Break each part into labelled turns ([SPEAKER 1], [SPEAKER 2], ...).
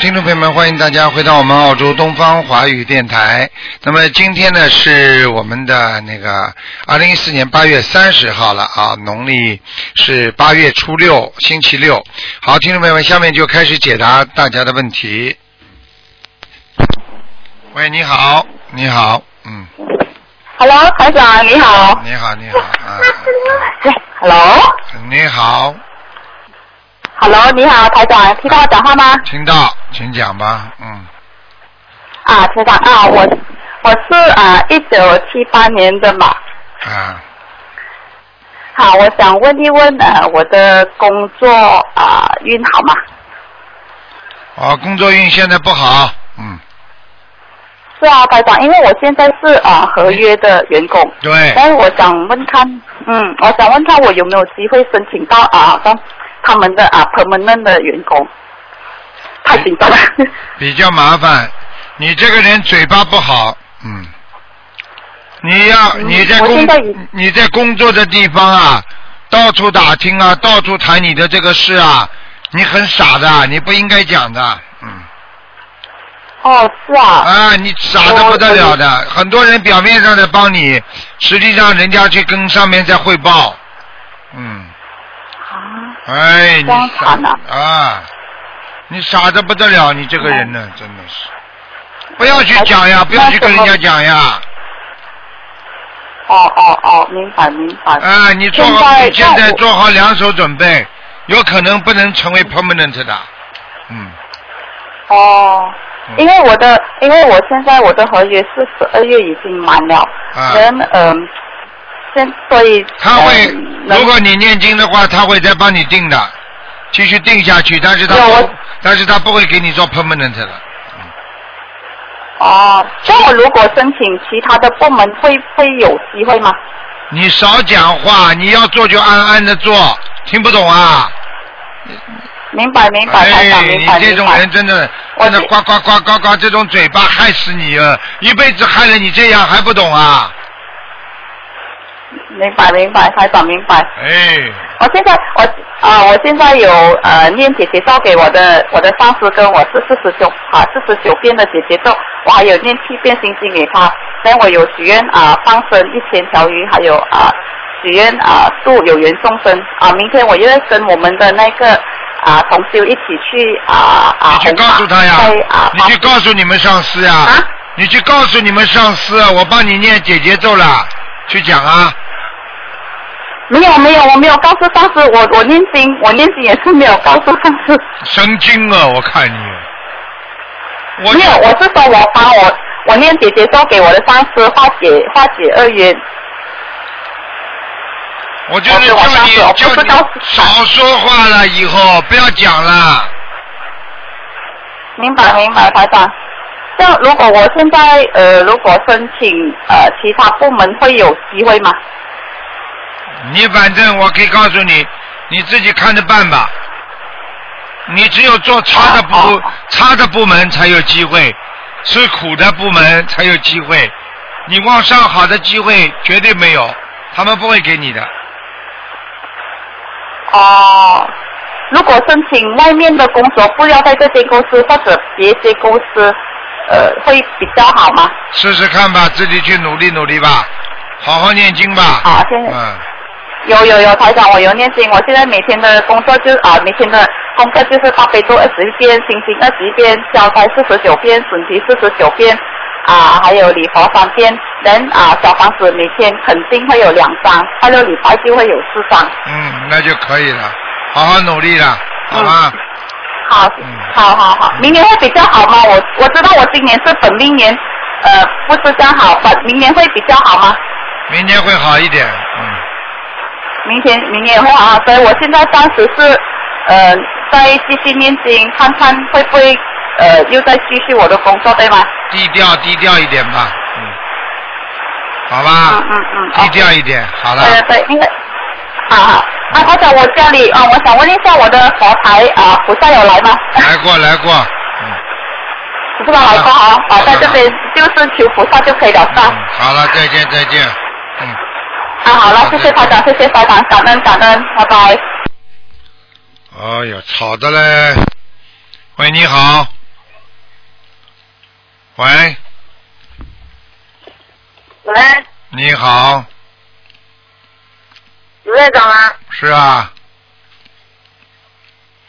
[SPEAKER 1] 听众朋友们，欢迎大家回到我们澳洲东方华语电台。那么今天呢是我们的那个二零一四年八月三十号了啊，农历是八月初六，星期六。好，听众朋友们，下面就开始解答大家的问题。喂，你好，你好，嗯，
[SPEAKER 2] Hello，台长你好。
[SPEAKER 1] 你好，你好，啊，
[SPEAKER 2] 喂，Hello，Hello，
[SPEAKER 1] 你好，
[SPEAKER 2] 你好，台长，听到我讲话吗？
[SPEAKER 1] 听到，请讲吧，嗯，
[SPEAKER 2] 啊，台长啊，我我是啊，一九七八年的嘛。
[SPEAKER 1] 啊，
[SPEAKER 2] 好，我想问一问呃，我的工作啊、运好吗？
[SPEAKER 1] 哦，工作运现在不好，嗯，
[SPEAKER 2] 是啊，台长，因为我现在是啊、合约的员工，
[SPEAKER 1] 对，
[SPEAKER 2] 但是我想问看，嗯，我想问看我有没有机会申请到啊，当他们的啊 permanent 的员工。太紧张了，
[SPEAKER 1] 哎比较麻烦。你这个人嘴巴不好，嗯，你要
[SPEAKER 2] 嗯
[SPEAKER 1] 你在
[SPEAKER 2] 我
[SPEAKER 1] 工
[SPEAKER 2] 现在已
[SPEAKER 1] 你在工作的地方啊，到处打听啊，到处谈你的这个事啊，你很傻的，你不应该讲的，嗯，
[SPEAKER 2] 哦，是啊。
[SPEAKER 1] 啊，你傻的不得了的。很多人表面上在帮你，实际上人家去跟上面在汇报，嗯，
[SPEAKER 2] 啊
[SPEAKER 1] 哎，你
[SPEAKER 2] 光
[SPEAKER 1] 傻
[SPEAKER 2] 惨了
[SPEAKER 1] 啊！你傻的不得了，你这个人呢，真的是，不要去讲呀，
[SPEAKER 2] 哎
[SPEAKER 1] 不要去跟人
[SPEAKER 2] 那
[SPEAKER 1] 家
[SPEAKER 2] 怎么
[SPEAKER 1] 讲呀。
[SPEAKER 2] 哦哦哦，明白明白。
[SPEAKER 1] 啊，你做好
[SPEAKER 2] 现在
[SPEAKER 1] 你现在
[SPEAKER 2] 那我
[SPEAKER 1] 做好两手准备，有可能不能成为 permanent 的。嗯，
[SPEAKER 2] 哦，
[SPEAKER 1] 嗯
[SPEAKER 2] 因为我的，因为我现在我的合约是十二月已经满了，
[SPEAKER 1] 啊
[SPEAKER 2] 人嗯，现所以
[SPEAKER 1] 他会，
[SPEAKER 2] 嗯能
[SPEAKER 1] 如果你念经的话，他会再帮你定的，继续定下去，但是他
[SPEAKER 2] 对
[SPEAKER 1] 不
[SPEAKER 2] 我
[SPEAKER 1] 但是他不会给你做 permanent 的。
[SPEAKER 2] 哦，像我如果申请其他的部门，会会有机会吗？
[SPEAKER 1] 你少讲话，你要做就安安的做，听不懂啊？
[SPEAKER 2] 明白明白，台长
[SPEAKER 1] 哎，
[SPEAKER 2] 明
[SPEAKER 1] 你
[SPEAKER 2] 白
[SPEAKER 1] 这
[SPEAKER 2] 明
[SPEAKER 1] 种
[SPEAKER 2] 白
[SPEAKER 1] 人。真的，
[SPEAKER 2] 我
[SPEAKER 1] 真的
[SPEAKER 2] 知
[SPEAKER 1] 呱呱呱呱呱，这种嘴巴害死你了，一辈子害了你这样还不懂啊？
[SPEAKER 2] 明白明白，台长明白。
[SPEAKER 1] 哎，
[SPEAKER 2] 我现在我啊、我现在有呃念姐姐咒给我的我的上司跟我是四十九啊四十九遍的姐姐咒，我还有念七遍心经给他，但我有许愿啊、放生一千条鱼，还有啊、许愿啊、度有缘众生啊、明天我又要跟我们的那个啊、同修一起去啊啊、
[SPEAKER 1] 你去
[SPEAKER 2] 红
[SPEAKER 1] 告
[SPEAKER 2] 塔
[SPEAKER 1] 诉他呀
[SPEAKER 2] 在啊，
[SPEAKER 1] 你去告诉你们上司呀、
[SPEAKER 2] 啊
[SPEAKER 1] 你去告诉你们上司，啊我帮你念姐姐咒了，去讲啊。
[SPEAKER 2] 没有没有我没有告诉上司，我我念经我念经也是没有告诉上司。
[SPEAKER 1] 神经啊，我看你。我
[SPEAKER 2] 没有，我是说我帮我我念姐姐说给我的上司化解化解二元。
[SPEAKER 1] 我就是
[SPEAKER 2] 我
[SPEAKER 1] 叫
[SPEAKER 2] 知道
[SPEAKER 1] 你
[SPEAKER 2] 是我不
[SPEAKER 1] 叫
[SPEAKER 2] 知
[SPEAKER 1] 你
[SPEAKER 2] 道
[SPEAKER 1] 少说话了，以后不要讲了。
[SPEAKER 2] 明白明白，台长。像如果我现在呃，如果申请呃其他部门会有机会吗？
[SPEAKER 1] 你反正我可以告诉你，你自己看着办吧。你只有做差的部
[SPEAKER 2] 啊
[SPEAKER 1] 差的部门才有机会，吃苦的部门才有机会。你往上好的机会绝对没有，他们不会给你的。
[SPEAKER 2] 哦、如果申请外面的工作，不要在这间公司或者别些公司，呃，会比较好吗？
[SPEAKER 1] 试试看吧，自己去努力努力吧，好好念经吧。
[SPEAKER 2] 好谢谢
[SPEAKER 1] 嗯，
[SPEAKER 2] 有有有，台长，我有念经，我现在每天的工作就是啊，每天的功课就是大悲咒二十一遍，心经二十一遍，消灾四十九遍，准提四十九遍，啊，还有礼佛三遍，人啊，小房子每天肯定会有两张，快六礼拜就会有四张。
[SPEAKER 1] 嗯，那就可以了，好好努力了，
[SPEAKER 2] 嗯
[SPEAKER 1] 好吧？
[SPEAKER 2] 好
[SPEAKER 1] 嗯，
[SPEAKER 2] 好好好，明年会比较好吗？我我知道我今年是本命年，呃，不是这样好，本明年会比较好吗？
[SPEAKER 1] 明天会好一点。嗯。
[SPEAKER 2] 明天明年会啊，所以我现在暂时是呃在继续念经，看看会不会呃又再继续我的工作，对吗？
[SPEAKER 1] 低调低调一点吧，嗯，好
[SPEAKER 2] 嗯
[SPEAKER 1] 吧，
[SPEAKER 2] 嗯嗯，
[SPEAKER 1] 低
[SPEAKER 2] 哦，
[SPEAKER 1] 调一点，啊好了，
[SPEAKER 2] 呃对，因为好好，啊，或者我家里啊、我想问一下我的佛台啊，菩萨有来吗？
[SPEAKER 1] 来过来过，嗯，
[SPEAKER 2] 菩萨来过啊，啊，在这边就是求菩萨就可以了，是吧？
[SPEAKER 1] 嗯好了，再见再见，嗯，
[SPEAKER 2] 啊，好了，谢谢台长，谢谢台长，感恩感恩，拜拜。
[SPEAKER 1] 哎呦，吵的嘞，喂，你好，喂，
[SPEAKER 3] 喂，
[SPEAKER 1] 你好，
[SPEAKER 3] 卢台长吗？
[SPEAKER 1] 是啊，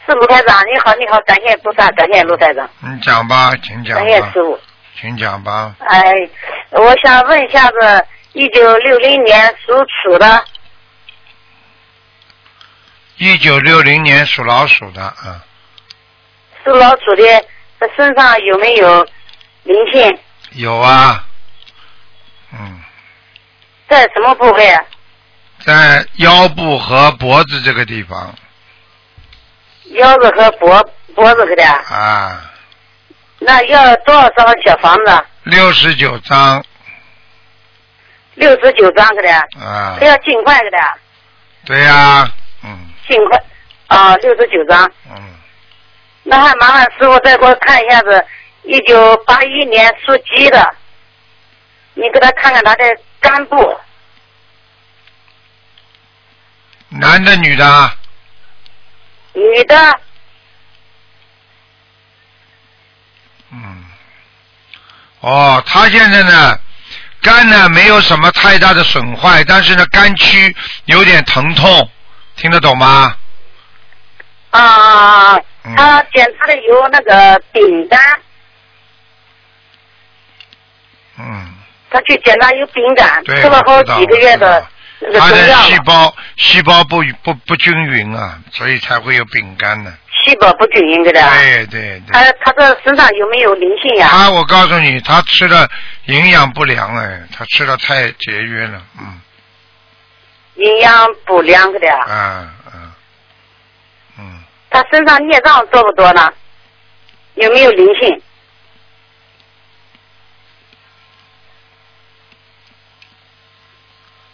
[SPEAKER 3] 是卢台长，你好，你好，感谢菩萨，感谢卢台长，
[SPEAKER 1] 你讲吧，请讲
[SPEAKER 3] 感谢
[SPEAKER 1] 吧
[SPEAKER 3] 师，傅。
[SPEAKER 1] 请讲吧。
[SPEAKER 3] 哎，我想问一下子，一九六零年属鼠的，
[SPEAKER 1] 一九六零年属老鼠的啊，
[SPEAKER 3] 属老鼠的，他身上有没有灵性？
[SPEAKER 1] 有啊，嗯，
[SPEAKER 3] 在什么部位啊？
[SPEAKER 1] 在腰部和脖子这个地方
[SPEAKER 3] 腰子和脖脖子的啊，
[SPEAKER 1] 啊，
[SPEAKER 3] 那要多少张小房子？啊
[SPEAKER 1] 六十九张
[SPEAKER 3] 六十九张的啊，
[SPEAKER 1] 啊
[SPEAKER 3] 他，要尽快的啊，
[SPEAKER 1] 对呀、嗯
[SPEAKER 3] 尽快啊，六十九张。
[SPEAKER 1] 嗯，
[SPEAKER 3] 那还麻烦师傅再给我看一下子，一九八一年属鸡的，你给他看看他的肝部，
[SPEAKER 1] 男的女的啊，
[SPEAKER 3] 女的
[SPEAKER 1] 嗯，哦，他现在呢，肝呢没有什么太大的损坏，但是呢肝区有点疼痛，听得懂吗？
[SPEAKER 3] 啊，
[SPEAKER 1] 嗯
[SPEAKER 3] 他检查的有那个丙肝，
[SPEAKER 1] 嗯，
[SPEAKER 3] 他去检查有丙肝，
[SPEAKER 1] 对，
[SPEAKER 3] 吃了好
[SPEAKER 1] 我知道
[SPEAKER 3] 几个月的那
[SPEAKER 1] 我知
[SPEAKER 3] 个
[SPEAKER 1] 道他
[SPEAKER 3] 中药
[SPEAKER 1] 的细
[SPEAKER 3] 了，
[SPEAKER 1] 胞细胞不不不均匀啊，所以才会有丙肝呢。
[SPEAKER 3] 细胞不均匀的了。
[SPEAKER 1] 对对对，
[SPEAKER 3] 他他这身上有没有灵性呀、
[SPEAKER 1] 他我告诉你，他吃了营养不良哎，他吃的太节约了，嗯
[SPEAKER 3] 营养不良的了。
[SPEAKER 1] 啊啊嗯，
[SPEAKER 3] 他身上孽障多不多呢？有没有灵性？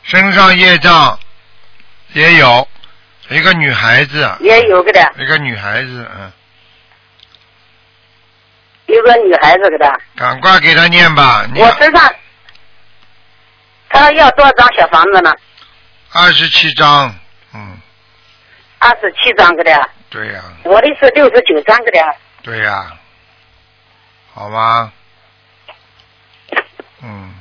[SPEAKER 1] 身上业障也有，一个女孩子，啊
[SPEAKER 3] 也有个的，
[SPEAKER 1] 一个女孩子，嗯，
[SPEAKER 3] 有个女孩子个的。
[SPEAKER 1] 赶快给她念吧，念
[SPEAKER 3] 我身上，他要多少张小房子呢？
[SPEAKER 1] 二十七章，嗯，
[SPEAKER 3] 二十七张个的，
[SPEAKER 1] 对呀、
[SPEAKER 3] 我的是六十九张个的。
[SPEAKER 1] 对呀、好吗？嗯，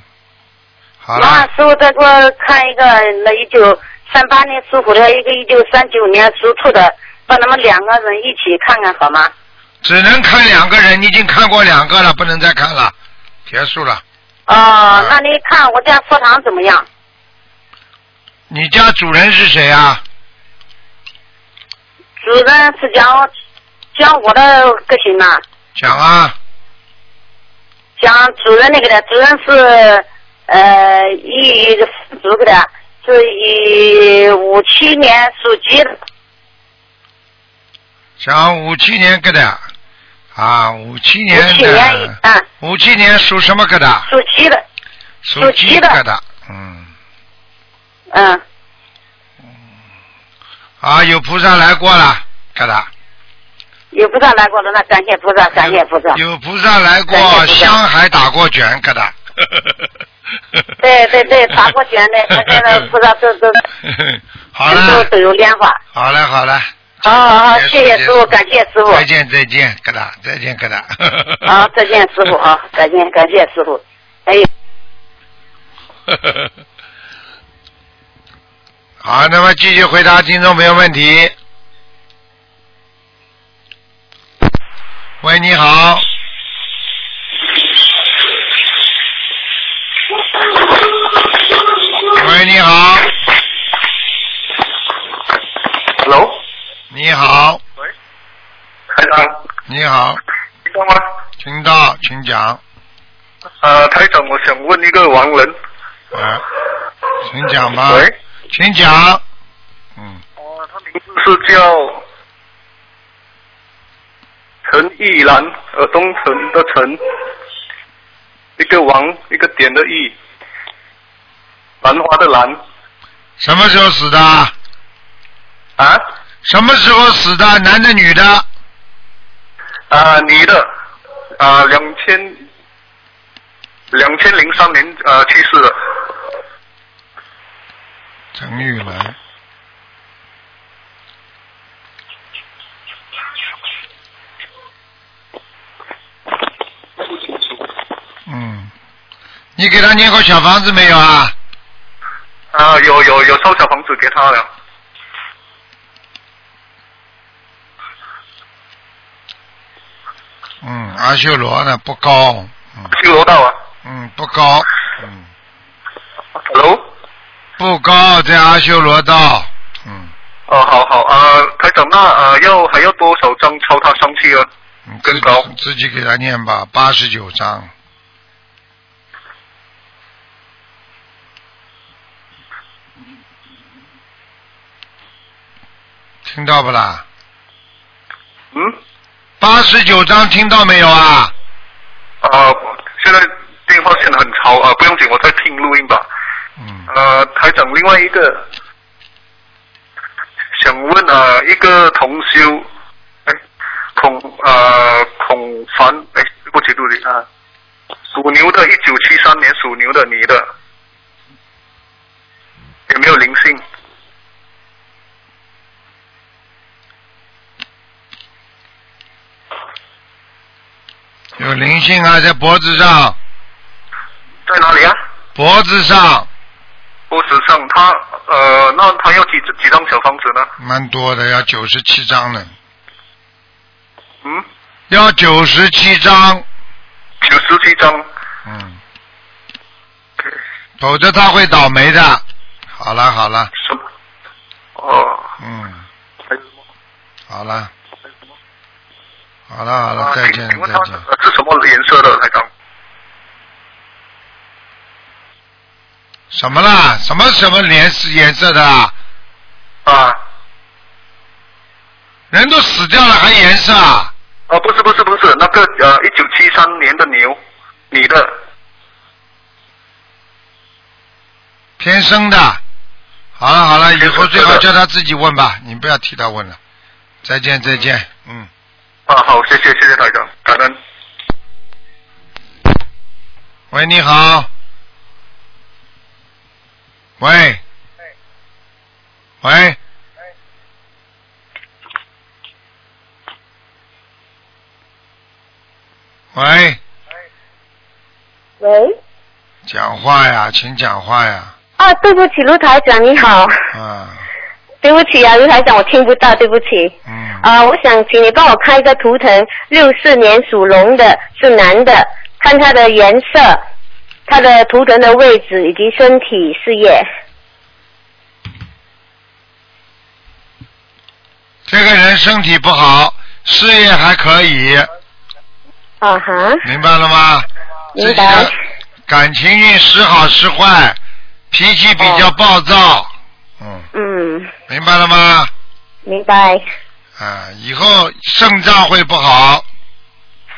[SPEAKER 1] 好
[SPEAKER 3] 那
[SPEAKER 1] 了，
[SPEAKER 3] 师傅再给我看一个那一九三八年属虎的，一个一九三九年属兔的，把他们两个人一起看看好吗？
[SPEAKER 1] 只能看两个人，你已经看过两个了，不能再看了，结束了。
[SPEAKER 3] 哦、
[SPEAKER 1] 啊
[SPEAKER 3] 那你看我家佛堂怎么样？
[SPEAKER 1] 你家主人是谁啊？
[SPEAKER 3] 主任是讲讲我的个性呐、
[SPEAKER 1] 讲啊，
[SPEAKER 3] 讲主任那个的，主任是呃一个主个的，是一五七年属鸡的，
[SPEAKER 1] 讲五七年个的，啊，五七
[SPEAKER 3] 五
[SPEAKER 1] 年
[SPEAKER 3] 七年
[SPEAKER 1] 的，
[SPEAKER 3] 啊
[SPEAKER 1] 五七年属什么个的？
[SPEAKER 3] 属鸡的，
[SPEAKER 1] 属
[SPEAKER 3] 属
[SPEAKER 1] 鸡
[SPEAKER 3] 鸡的
[SPEAKER 1] 个的，嗯，
[SPEAKER 3] 嗯，
[SPEAKER 1] 啊，有菩萨来过了，个的。
[SPEAKER 3] 有菩萨来过的，那感谢菩萨，感谢菩萨。
[SPEAKER 1] 有菩萨来过
[SPEAKER 3] 感谢，菩萨
[SPEAKER 1] 香还打过卷，疙瘩。
[SPEAKER 3] 对对对打过卷 的他现在菩萨都都。
[SPEAKER 1] 好
[SPEAKER 3] 都
[SPEAKER 1] 了
[SPEAKER 3] 都，有莲花。
[SPEAKER 1] 好了，好了。
[SPEAKER 3] 好好好，
[SPEAKER 1] 结束
[SPEAKER 3] 谢谢师
[SPEAKER 1] 结
[SPEAKER 3] 傅
[SPEAKER 1] 束，
[SPEAKER 3] 感谢师傅。
[SPEAKER 1] 再见，再见，疙瘩，再见，疙瘩。
[SPEAKER 3] 好，再见师傅啊，再见，感谢师傅。哎。
[SPEAKER 1] 好，那么继续回答听众朋友问题。喂，你好。喂，你好，
[SPEAKER 4] Hello，
[SPEAKER 1] 你好，
[SPEAKER 4] 喂，台长，
[SPEAKER 1] 你好，
[SPEAKER 4] 听到吗？
[SPEAKER 1] 听到，请讲，
[SPEAKER 4] 呃，台长，我想问一个王人。
[SPEAKER 1] 啊，请讲吧，
[SPEAKER 4] 喂，
[SPEAKER 1] 请讲，嗯，
[SPEAKER 4] 哦，他名字是叫陈毅然，呃，东城的陈，一个王，一个点的毅，兰花的兰。
[SPEAKER 1] 什么时候死的？
[SPEAKER 4] 啊
[SPEAKER 1] 什么时候死的？男的女的？
[SPEAKER 4] 啊，女的，啊，两千两千零三年呃去世的。
[SPEAKER 1] 陈玉兰。嗯你给他念过小房子没有啊？
[SPEAKER 4] 啊，有有有收小房子给他了，
[SPEAKER 1] 嗯，阿修罗呢不高，嗯
[SPEAKER 4] 修罗道啊。
[SPEAKER 1] 嗯不高，嗯
[SPEAKER 4] Hello，
[SPEAKER 1] 不高，在阿修罗道，嗯，
[SPEAKER 4] 哦，好好啊，台长，那啊要还要多少张超他上去啊？
[SPEAKER 1] 你
[SPEAKER 4] 更高
[SPEAKER 1] 自己自己给他念吧，八十九章，听到不啦？
[SPEAKER 4] 嗯，
[SPEAKER 1] 八十九章听到没有啊？
[SPEAKER 4] 啊，现在电话线很吵啊，不用紧，我在听录音吧。
[SPEAKER 1] 嗯，
[SPEAKER 4] 呃，台长，另外一个想问啊，一个同修，哎，孔呃孔凡，哎，对不起，对不起啊，属牛的，一九七三年属牛的女的，有没有灵性？
[SPEAKER 1] 有灵性啊，在脖子上，
[SPEAKER 4] 在哪里啊？
[SPEAKER 1] 脖子上
[SPEAKER 4] 不时上，他呃，那他要几几张小房子呢？
[SPEAKER 1] 蛮多的，要九十七章呢，
[SPEAKER 4] 嗯，
[SPEAKER 1] 要九十七章，
[SPEAKER 4] 九十七张。
[SPEAKER 1] 嗯，否则他会倒霉的。好了好了，
[SPEAKER 4] 什么？哦，
[SPEAKER 1] 嗯，
[SPEAKER 4] 还有什么？
[SPEAKER 1] 好了
[SPEAKER 4] 还有什么？
[SPEAKER 1] 好了好了，
[SPEAKER 4] 啊，
[SPEAKER 1] 再
[SPEAKER 4] 请
[SPEAKER 1] 见
[SPEAKER 4] 请问
[SPEAKER 1] 再
[SPEAKER 4] 他
[SPEAKER 1] 见。
[SPEAKER 4] 呃是什么颜色的台长？
[SPEAKER 1] 什么啦？什么什么颜色颜色的啊？
[SPEAKER 4] 啊，
[SPEAKER 1] 人都死掉了还颜色啊？
[SPEAKER 4] 哦，不是不是不是，那个呃，一九七三年的牛，女的，
[SPEAKER 1] 偏生的。好了好了，以后最
[SPEAKER 4] 是
[SPEAKER 1] 好
[SPEAKER 4] 的
[SPEAKER 1] 叫他自己问吧，你不要替他问了。再见再见，嗯。
[SPEAKER 4] 啊，好，谢谢谢谢台长，感恩。
[SPEAKER 1] 喂，你好。喂。喂。喂，
[SPEAKER 5] 喂，
[SPEAKER 1] 讲话呀，请讲话呀，
[SPEAKER 5] 啊，对不起，卢台长，你好，
[SPEAKER 1] 啊，
[SPEAKER 5] 对不起啊，卢台长，我听不到，对不起。
[SPEAKER 1] 嗯，
[SPEAKER 5] 啊，我想请你帮我看一个图腾，六四年属龙的，是男的，看他的颜色，他的图腾的位置以及身体事业。
[SPEAKER 1] 这个人身体不好，事业还可以，
[SPEAKER 5] 啊哈，
[SPEAKER 1] 明白了吗？
[SPEAKER 5] 明
[SPEAKER 1] 自
[SPEAKER 5] 白
[SPEAKER 1] 己的感情运时好时坏，脾气比较暴躁，嗯，
[SPEAKER 5] 嗯，
[SPEAKER 1] 明白了吗？
[SPEAKER 5] 明白。
[SPEAKER 1] 啊，以后肾脏会不好，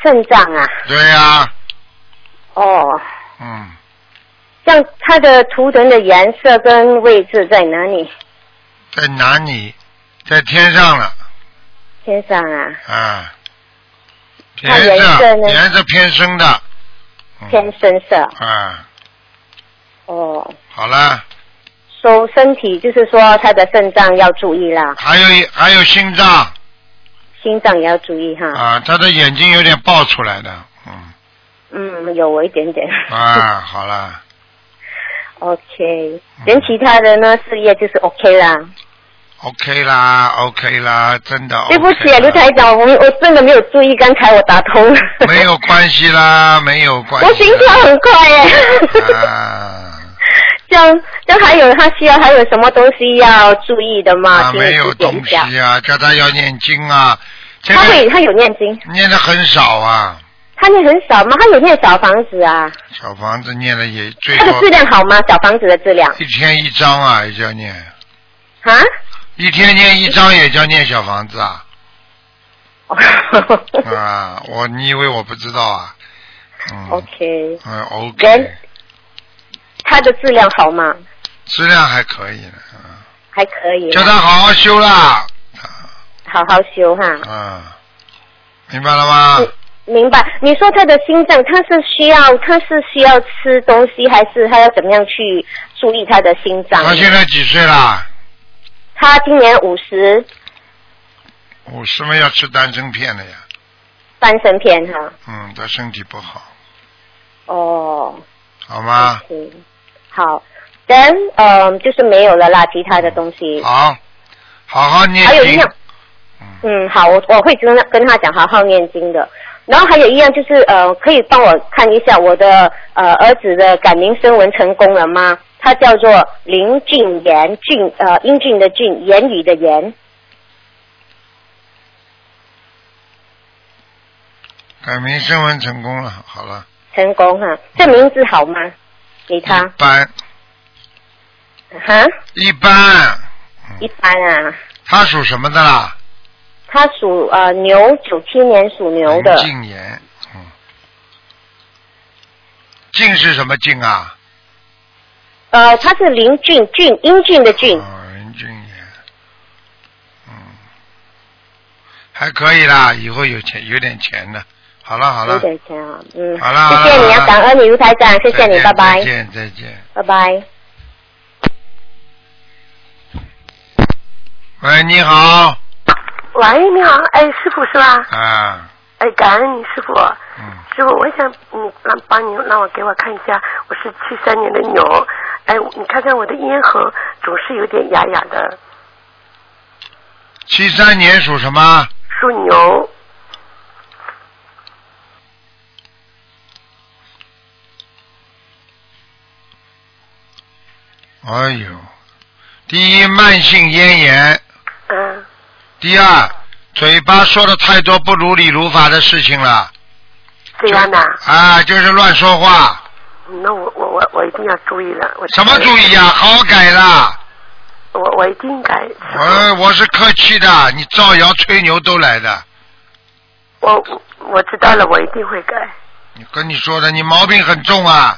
[SPEAKER 5] 肾脏啊，
[SPEAKER 1] 对呀、
[SPEAKER 5] 哦，
[SPEAKER 1] 嗯，
[SPEAKER 5] 像他的图腾的颜色跟位置在哪里？
[SPEAKER 1] 在南里，在天上了
[SPEAKER 5] 天上啊，
[SPEAKER 1] 啊，偏
[SPEAKER 5] 那颜色
[SPEAKER 1] 上
[SPEAKER 5] 呢
[SPEAKER 1] 颜色偏深的，嗯
[SPEAKER 5] 偏深色。
[SPEAKER 1] 啊，
[SPEAKER 5] 哦，
[SPEAKER 1] 好了，
[SPEAKER 5] 说、身体就是说他的肾脏要注意啦。
[SPEAKER 1] 还有一还有心脏
[SPEAKER 5] 心脏也要注意哈。
[SPEAKER 1] 啊，他的眼睛有点爆出来的，嗯，
[SPEAKER 5] 嗯，有我一点 点。
[SPEAKER 1] 啊，好了，
[SPEAKER 5] OK，连嗯其他的呢，事业就是 OK 啦。
[SPEAKER 1] OK 啦，OK 啦，真的
[SPEAKER 5] 对
[SPEAKER 1] OK 啦，
[SPEAKER 5] 不起啊，刘台长，我们我真的没有注意，刚才我打通了。
[SPEAKER 1] 没。有关系啦，没有关系
[SPEAKER 5] 我
[SPEAKER 1] 啦，
[SPEAKER 5] 心跳很快耶。
[SPEAKER 1] 啊。
[SPEAKER 5] 这样，这样还有他需要还有什么东西要注意的吗？
[SPEAKER 1] 啊，
[SPEAKER 5] 请你
[SPEAKER 1] 没有
[SPEAKER 5] 指点一
[SPEAKER 1] 东
[SPEAKER 5] 下。
[SPEAKER 1] 西啊，叫他要念经啊，这
[SPEAKER 5] 他会，
[SPEAKER 1] 个
[SPEAKER 5] 他有念经，
[SPEAKER 1] 念的很少啊，
[SPEAKER 5] 他念很少吗？他有念小房子啊，
[SPEAKER 1] 小房子念了也最
[SPEAKER 5] 他的
[SPEAKER 1] 多
[SPEAKER 5] 质量好吗？小房子的质量
[SPEAKER 1] 一天一张啊，也叫念，
[SPEAKER 5] 啊？
[SPEAKER 1] 一天念一张也叫念小房子 啊，
[SPEAKER 5] 哦
[SPEAKER 1] 啊，我你以为我不知道啊？嗯
[SPEAKER 5] OK，
[SPEAKER 1] 嗯，OK，
[SPEAKER 5] 人他的质量好吗？
[SPEAKER 1] 质量还可以呢，啊
[SPEAKER 5] 还可以。
[SPEAKER 1] 叫他好好修啦，
[SPEAKER 5] 好好修哈。
[SPEAKER 1] 啊，明白了吗？
[SPEAKER 5] 明白。你说他的心脏，他是需要，他是需要吃东西，还是他要怎么样去注意他的心脏？
[SPEAKER 1] 他现在几岁啦？
[SPEAKER 5] 他今年五十，
[SPEAKER 1] 我什么要吃丹参片的呀？
[SPEAKER 5] 单身篇哈。
[SPEAKER 1] 嗯，他身体不好，
[SPEAKER 5] 哦，
[SPEAKER 1] 好吗？
[SPEAKER 5] 嗯，好，咱嗯就是没有了啦，其他的东西。
[SPEAKER 1] 好，好好念
[SPEAKER 5] 还有一
[SPEAKER 1] 经
[SPEAKER 5] 样。嗯，好，我我会跟他跟他讲好好念经的。然后还有一样就是呃，可以帮我看一下我的呃儿子的改名声纹成功了吗？他叫做林俊言，俊呃英俊的俊，言语的言。
[SPEAKER 1] 改名升温成功了，好了，
[SPEAKER 5] 成功哈、这名字好吗？给他
[SPEAKER 1] 一般
[SPEAKER 5] 哈，
[SPEAKER 1] 一般，
[SPEAKER 5] 一般啊。
[SPEAKER 1] 他属什么的啦？
[SPEAKER 5] 他属呃牛，九七年属牛的
[SPEAKER 1] 林，静言，嗯，静是什么静啊？
[SPEAKER 5] 呃，他是林俊俊，英俊的俊，
[SPEAKER 1] 哦，林俊言，嗯，还可以啦，以后有钱有点钱的。好了好
[SPEAKER 5] 有
[SPEAKER 1] 了，
[SPEAKER 5] 点钱啊，嗯，
[SPEAKER 1] 好啦
[SPEAKER 5] 谢谢你
[SPEAKER 1] 好啦
[SPEAKER 5] 啊，感恩你卢台长，谢谢
[SPEAKER 1] 再
[SPEAKER 5] 你，
[SPEAKER 1] 见
[SPEAKER 5] 拜拜
[SPEAKER 1] 再，见再见。
[SPEAKER 5] 拜拜。
[SPEAKER 1] 喂，你好，
[SPEAKER 6] 喂，你好，哎，师傅是吧？
[SPEAKER 1] 啊，
[SPEAKER 6] 哎，感恩你师傅，
[SPEAKER 1] 嗯，
[SPEAKER 6] 师傅，我想你让帮你让我给我看一下，我是七三年的牛，哎，你看看我的咽喉总是有点哑哑的，
[SPEAKER 1] 七三年属什么？
[SPEAKER 6] 属牛，
[SPEAKER 1] 哎呦，第一慢性咽炎，
[SPEAKER 6] 嗯，
[SPEAKER 1] 第二嘴巴说的太多不如理如法的事情了，
[SPEAKER 6] 这样的，
[SPEAKER 1] 啊，就是乱说话，
[SPEAKER 6] 那我我我我一定要注意了，我
[SPEAKER 1] 什么注意啊？好好改啦。
[SPEAKER 6] 我我一定改，师傅
[SPEAKER 1] 我哎我是客气的，你造谣吹牛都来的。
[SPEAKER 6] 我我我知道了，我一定会改，
[SPEAKER 1] 你跟你说的，你毛病很重啊，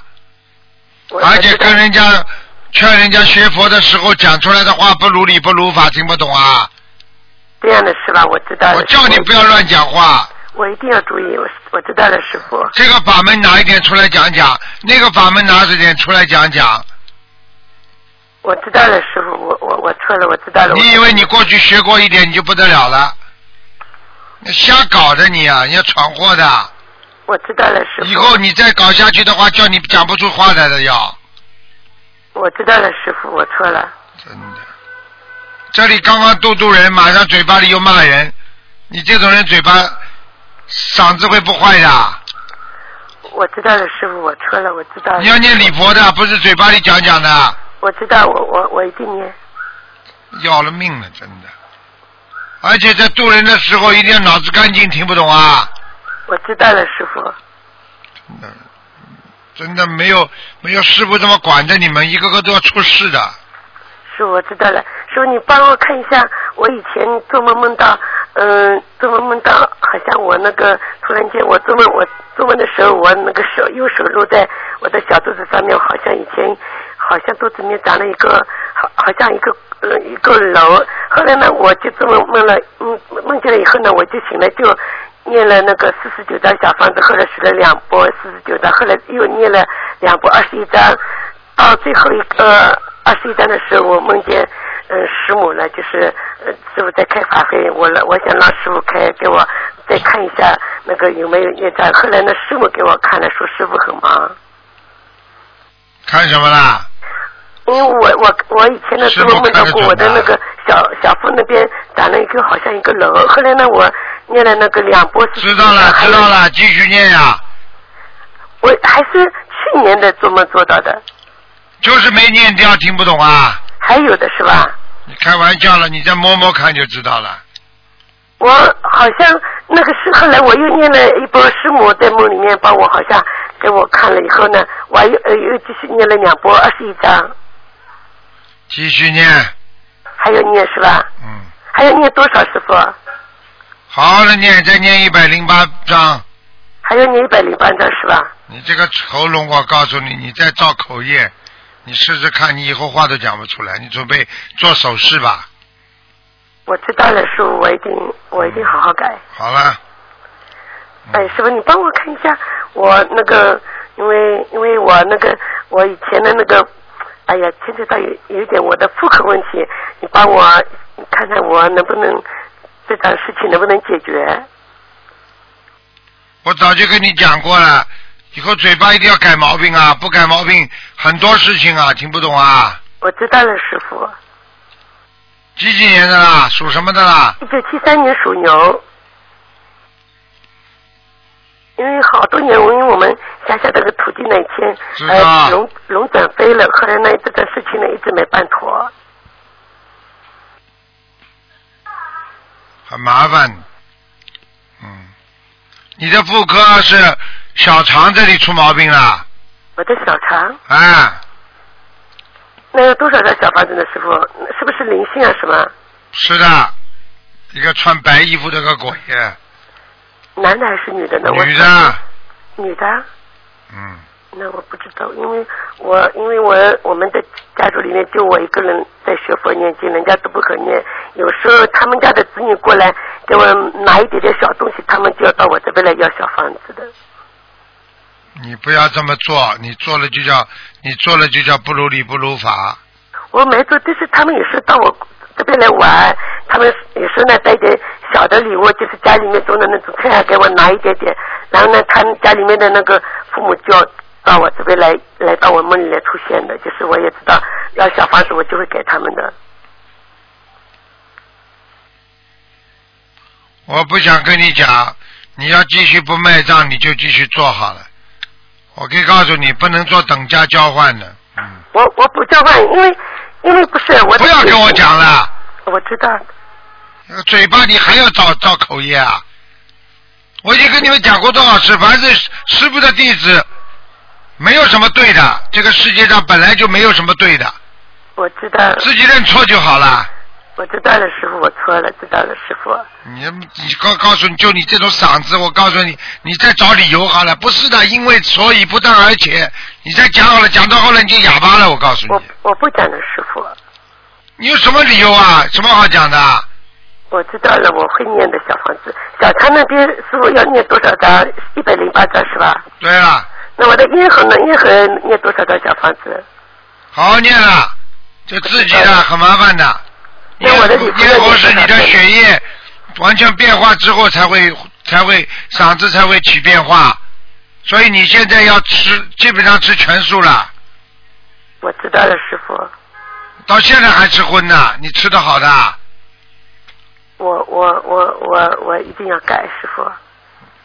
[SPEAKER 6] 我
[SPEAKER 1] 而且跟
[SPEAKER 6] 人
[SPEAKER 1] 人家劝人家学佛的时候讲出来的话不如理不如法，听不懂啊？
[SPEAKER 6] 这样的是吧？我知道了，
[SPEAKER 1] 我叫你
[SPEAKER 6] 师傅
[SPEAKER 1] 不要，乱讲话，
[SPEAKER 6] 我一定要注意，我我知道了，师傅，
[SPEAKER 1] 这个法门拿一点出来讲讲，那个法门拿着点出来讲讲。
[SPEAKER 6] 我知道了，师傅，我我我错了，我知道了，
[SPEAKER 1] 你以
[SPEAKER 6] 我
[SPEAKER 1] 为你过去学过一点你就不得了了？你瞎搞的你啊，你要闯祸的。
[SPEAKER 6] 我知道了，师傅。
[SPEAKER 1] 以后你再搞下去的话，叫你讲不出话来的要。
[SPEAKER 6] 我知道了，师傅，我错了。
[SPEAKER 1] 真的，这里刚刚度度人，马上嘴巴里又骂人，你这种人嘴巴嗓子会不坏的。
[SPEAKER 6] 我知道了，师傅，我错了，我知道了。
[SPEAKER 1] 你要念礼佛的，不是嘴巴里讲讲的，
[SPEAKER 6] 我知道，我我我一定念。
[SPEAKER 1] 要了命了，真的。而且在度人的时候，一定要脑子干净，听不懂啊？
[SPEAKER 6] 我知道了，师傅。
[SPEAKER 1] 真的，真的没有没有师傅这么管着你们，一个个都要出事的。
[SPEAKER 6] 师傅，我知道了。师傅，你帮我看一下，我以前做梦梦到，嗯、做梦梦到，好像我那个突然间，我做梦，我做梦的时候，我那个手右手落在我的小肚子上面，好像以前，好像肚子里面长了一个，好，好像一个、呃、一个楼。后来呢，我就做梦梦了，嗯，梦见了以后呢，我就醒来就。念了那个四十九张小房子，后来写了两波四十九张，后来又念了两波二十一张，到最后一个二十一章的时候，我梦见嗯师母呢，就是呃师傅在开法会，我来我想让师傅开给我再看一下那个有没有业障。后来呢，师母给我看了，说师傅很忙，
[SPEAKER 1] 看什么啦？
[SPEAKER 6] 因为我我我以前呢
[SPEAKER 1] 师
[SPEAKER 6] 做
[SPEAKER 1] 傅
[SPEAKER 6] 梦
[SPEAKER 1] 看
[SPEAKER 6] 梦到
[SPEAKER 1] 得
[SPEAKER 6] 过我的
[SPEAKER 1] 准吗
[SPEAKER 6] 那个小小腹那边长了一个好像一个楼，后来呢我念了那个两波四
[SPEAKER 1] 知道了，知道，
[SPEAKER 6] 还有
[SPEAKER 1] 了，继续念呀、
[SPEAKER 6] 我还是去年的做梦做到的，
[SPEAKER 1] 就是没念掉，听不懂啊？
[SPEAKER 6] 还有的是吧？
[SPEAKER 1] 你开玩笑了，你再摸摸看就知道了。
[SPEAKER 6] 我好像那个是后来我又念了一波师母在梦里面帮我好像给我看了以后呢，我又呃又继续念了两波二十一章，
[SPEAKER 1] 继续念，
[SPEAKER 6] 还有念是吧？
[SPEAKER 1] 嗯，
[SPEAKER 6] 还要念多少师傅？
[SPEAKER 1] 好好的念，再念一百零八章。
[SPEAKER 6] 还要念一百零八章是吧？
[SPEAKER 1] 你这个喉咙，我告诉你，你再造口业，你试试看，你以后话都讲不出来。你准备做手势吧？
[SPEAKER 6] 我知道了，师傅，我一定我一定好好改。
[SPEAKER 1] 好了，
[SPEAKER 6] 哎，师傅，你帮我看一下我那个，因为因为我那个我以前的那个，哎呀，牵扯到有有一点我的妇科问题，你帮我你看看我能不能这桩事情能不能解决？
[SPEAKER 1] 我早就跟你讲过了，以后嘴巴一定要改毛病啊，不改毛病很多事情啊，听不懂啊。
[SPEAKER 6] 我知道了，师傅。
[SPEAKER 1] 几几年的啦？属什么的啦？
[SPEAKER 6] 一九七三年属牛。因为好多年，我因为我们乡下这个土地那一天
[SPEAKER 1] 知，道
[SPEAKER 6] 呃，龙龙转飞了，后来呢这个事情呢一直没办妥，
[SPEAKER 1] 很麻烦。嗯，你的妇科是小肠这里出毛病了，
[SPEAKER 6] 我的小肠，
[SPEAKER 1] 哎，
[SPEAKER 6] 那有多少张小房子呢，师傅？是不是灵性啊？什么？
[SPEAKER 1] 是的，一个穿白衣服的个鬼，
[SPEAKER 6] 男的还是女的呢？我
[SPEAKER 1] 女的，
[SPEAKER 6] 女的。
[SPEAKER 1] 嗯，
[SPEAKER 6] 那我不知道，因为我因为我我们的家族里面就我一个人在学佛念经，人家都不肯念。有时候他们家的子女过来给我拿一点点小东西，他们就要到我这边来要小房子的。
[SPEAKER 1] 你不要这么做，你做了就叫你做了就叫不如理不如法，
[SPEAKER 6] 我没做，但是他们也是到我这边来玩，他们也是呢带一点小的礼物，就是家里面种的那种菜啊，给我拿一点点。然后呢，他们家里面的那个父母就要到我这边来，来到我梦里来出现的，就是我也知道要小房子，我就会给他们的。
[SPEAKER 1] 我不想跟你讲，你要继续不卖账，你就继续做好了。我可以告诉你，不能做等价交换的。嗯，
[SPEAKER 6] 我我不交换，因为因为不是我
[SPEAKER 1] 不要跟我讲，了，
[SPEAKER 6] 我知道，
[SPEAKER 1] 嘴巴你还要造造口业啊！我已经跟你们讲过多少次，凡是师傅的弟子，没有什么对的，这个世界上本来就没有什么对的，
[SPEAKER 6] 我知道，
[SPEAKER 1] 自己认错就好了。
[SPEAKER 6] 我知道了，师傅，我错了，知道了，师傅，
[SPEAKER 1] 你你告告诉你就你这种嗓子，我告诉你，你再找理由好了。不是的，因为所以不但而且，你再讲好了，讲到后来你就哑巴了。我告诉
[SPEAKER 6] 我
[SPEAKER 1] 你，
[SPEAKER 6] 我不讲了，师傅，
[SPEAKER 1] 你有什么理由啊？什么好讲的啊？
[SPEAKER 6] 我知道了，我会念的小房子，小唐那边师傅要念多少张？一百零八张是吧？
[SPEAKER 1] 对了，
[SPEAKER 6] 那我的烟盒呢？烟盒念多少张小房子？
[SPEAKER 1] 好好念了，这自己 的很麻烦的。
[SPEAKER 6] 那我的礼服
[SPEAKER 1] 咽喉是你的
[SPEAKER 6] 在哪里
[SPEAKER 1] 血液完全变化之后才会才会嗓子才会起变化，所以你现在要吃基本上吃全素了，
[SPEAKER 6] 我知道了，师傅，
[SPEAKER 1] 到现在还吃荤呢，你吃的好的啊。
[SPEAKER 6] 我我我我我一定要改，师傅，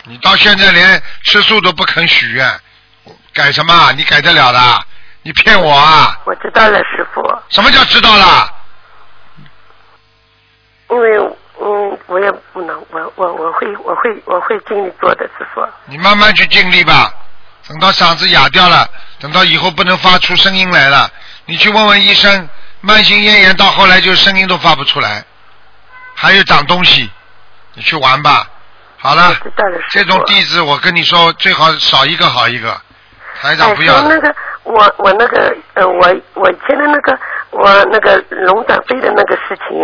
[SPEAKER 1] 你到现在连吃素都不肯许愿，改什么啊？你改得了的？你骗我啊？
[SPEAKER 6] 我知道了，师傅。
[SPEAKER 1] 什么叫知道了？
[SPEAKER 6] 因为嗯，我也不能，我我我会我会我会尽力做的，师傅。
[SPEAKER 1] 你慢慢去尽力吧。等到嗓子哑掉了，等到以后不能发出声音来了，你去问问医生，慢性咽炎到后来就声音都发不出来，还有长东西，你去玩吧。好
[SPEAKER 6] 我
[SPEAKER 1] 了，
[SPEAKER 6] 知道了，
[SPEAKER 1] 这
[SPEAKER 6] 师傅。
[SPEAKER 1] 种弟子我跟你说，最好少一个好一个，台长
[SPEAKER 6] 哎，
[SPEAKER 1] 不要
[SPEAKER 6] 说那
[SPEAKER 1] 的。
[SPEAKER 6] 个我我那个呃我我以前的那个我那个龙转飞的那个事情，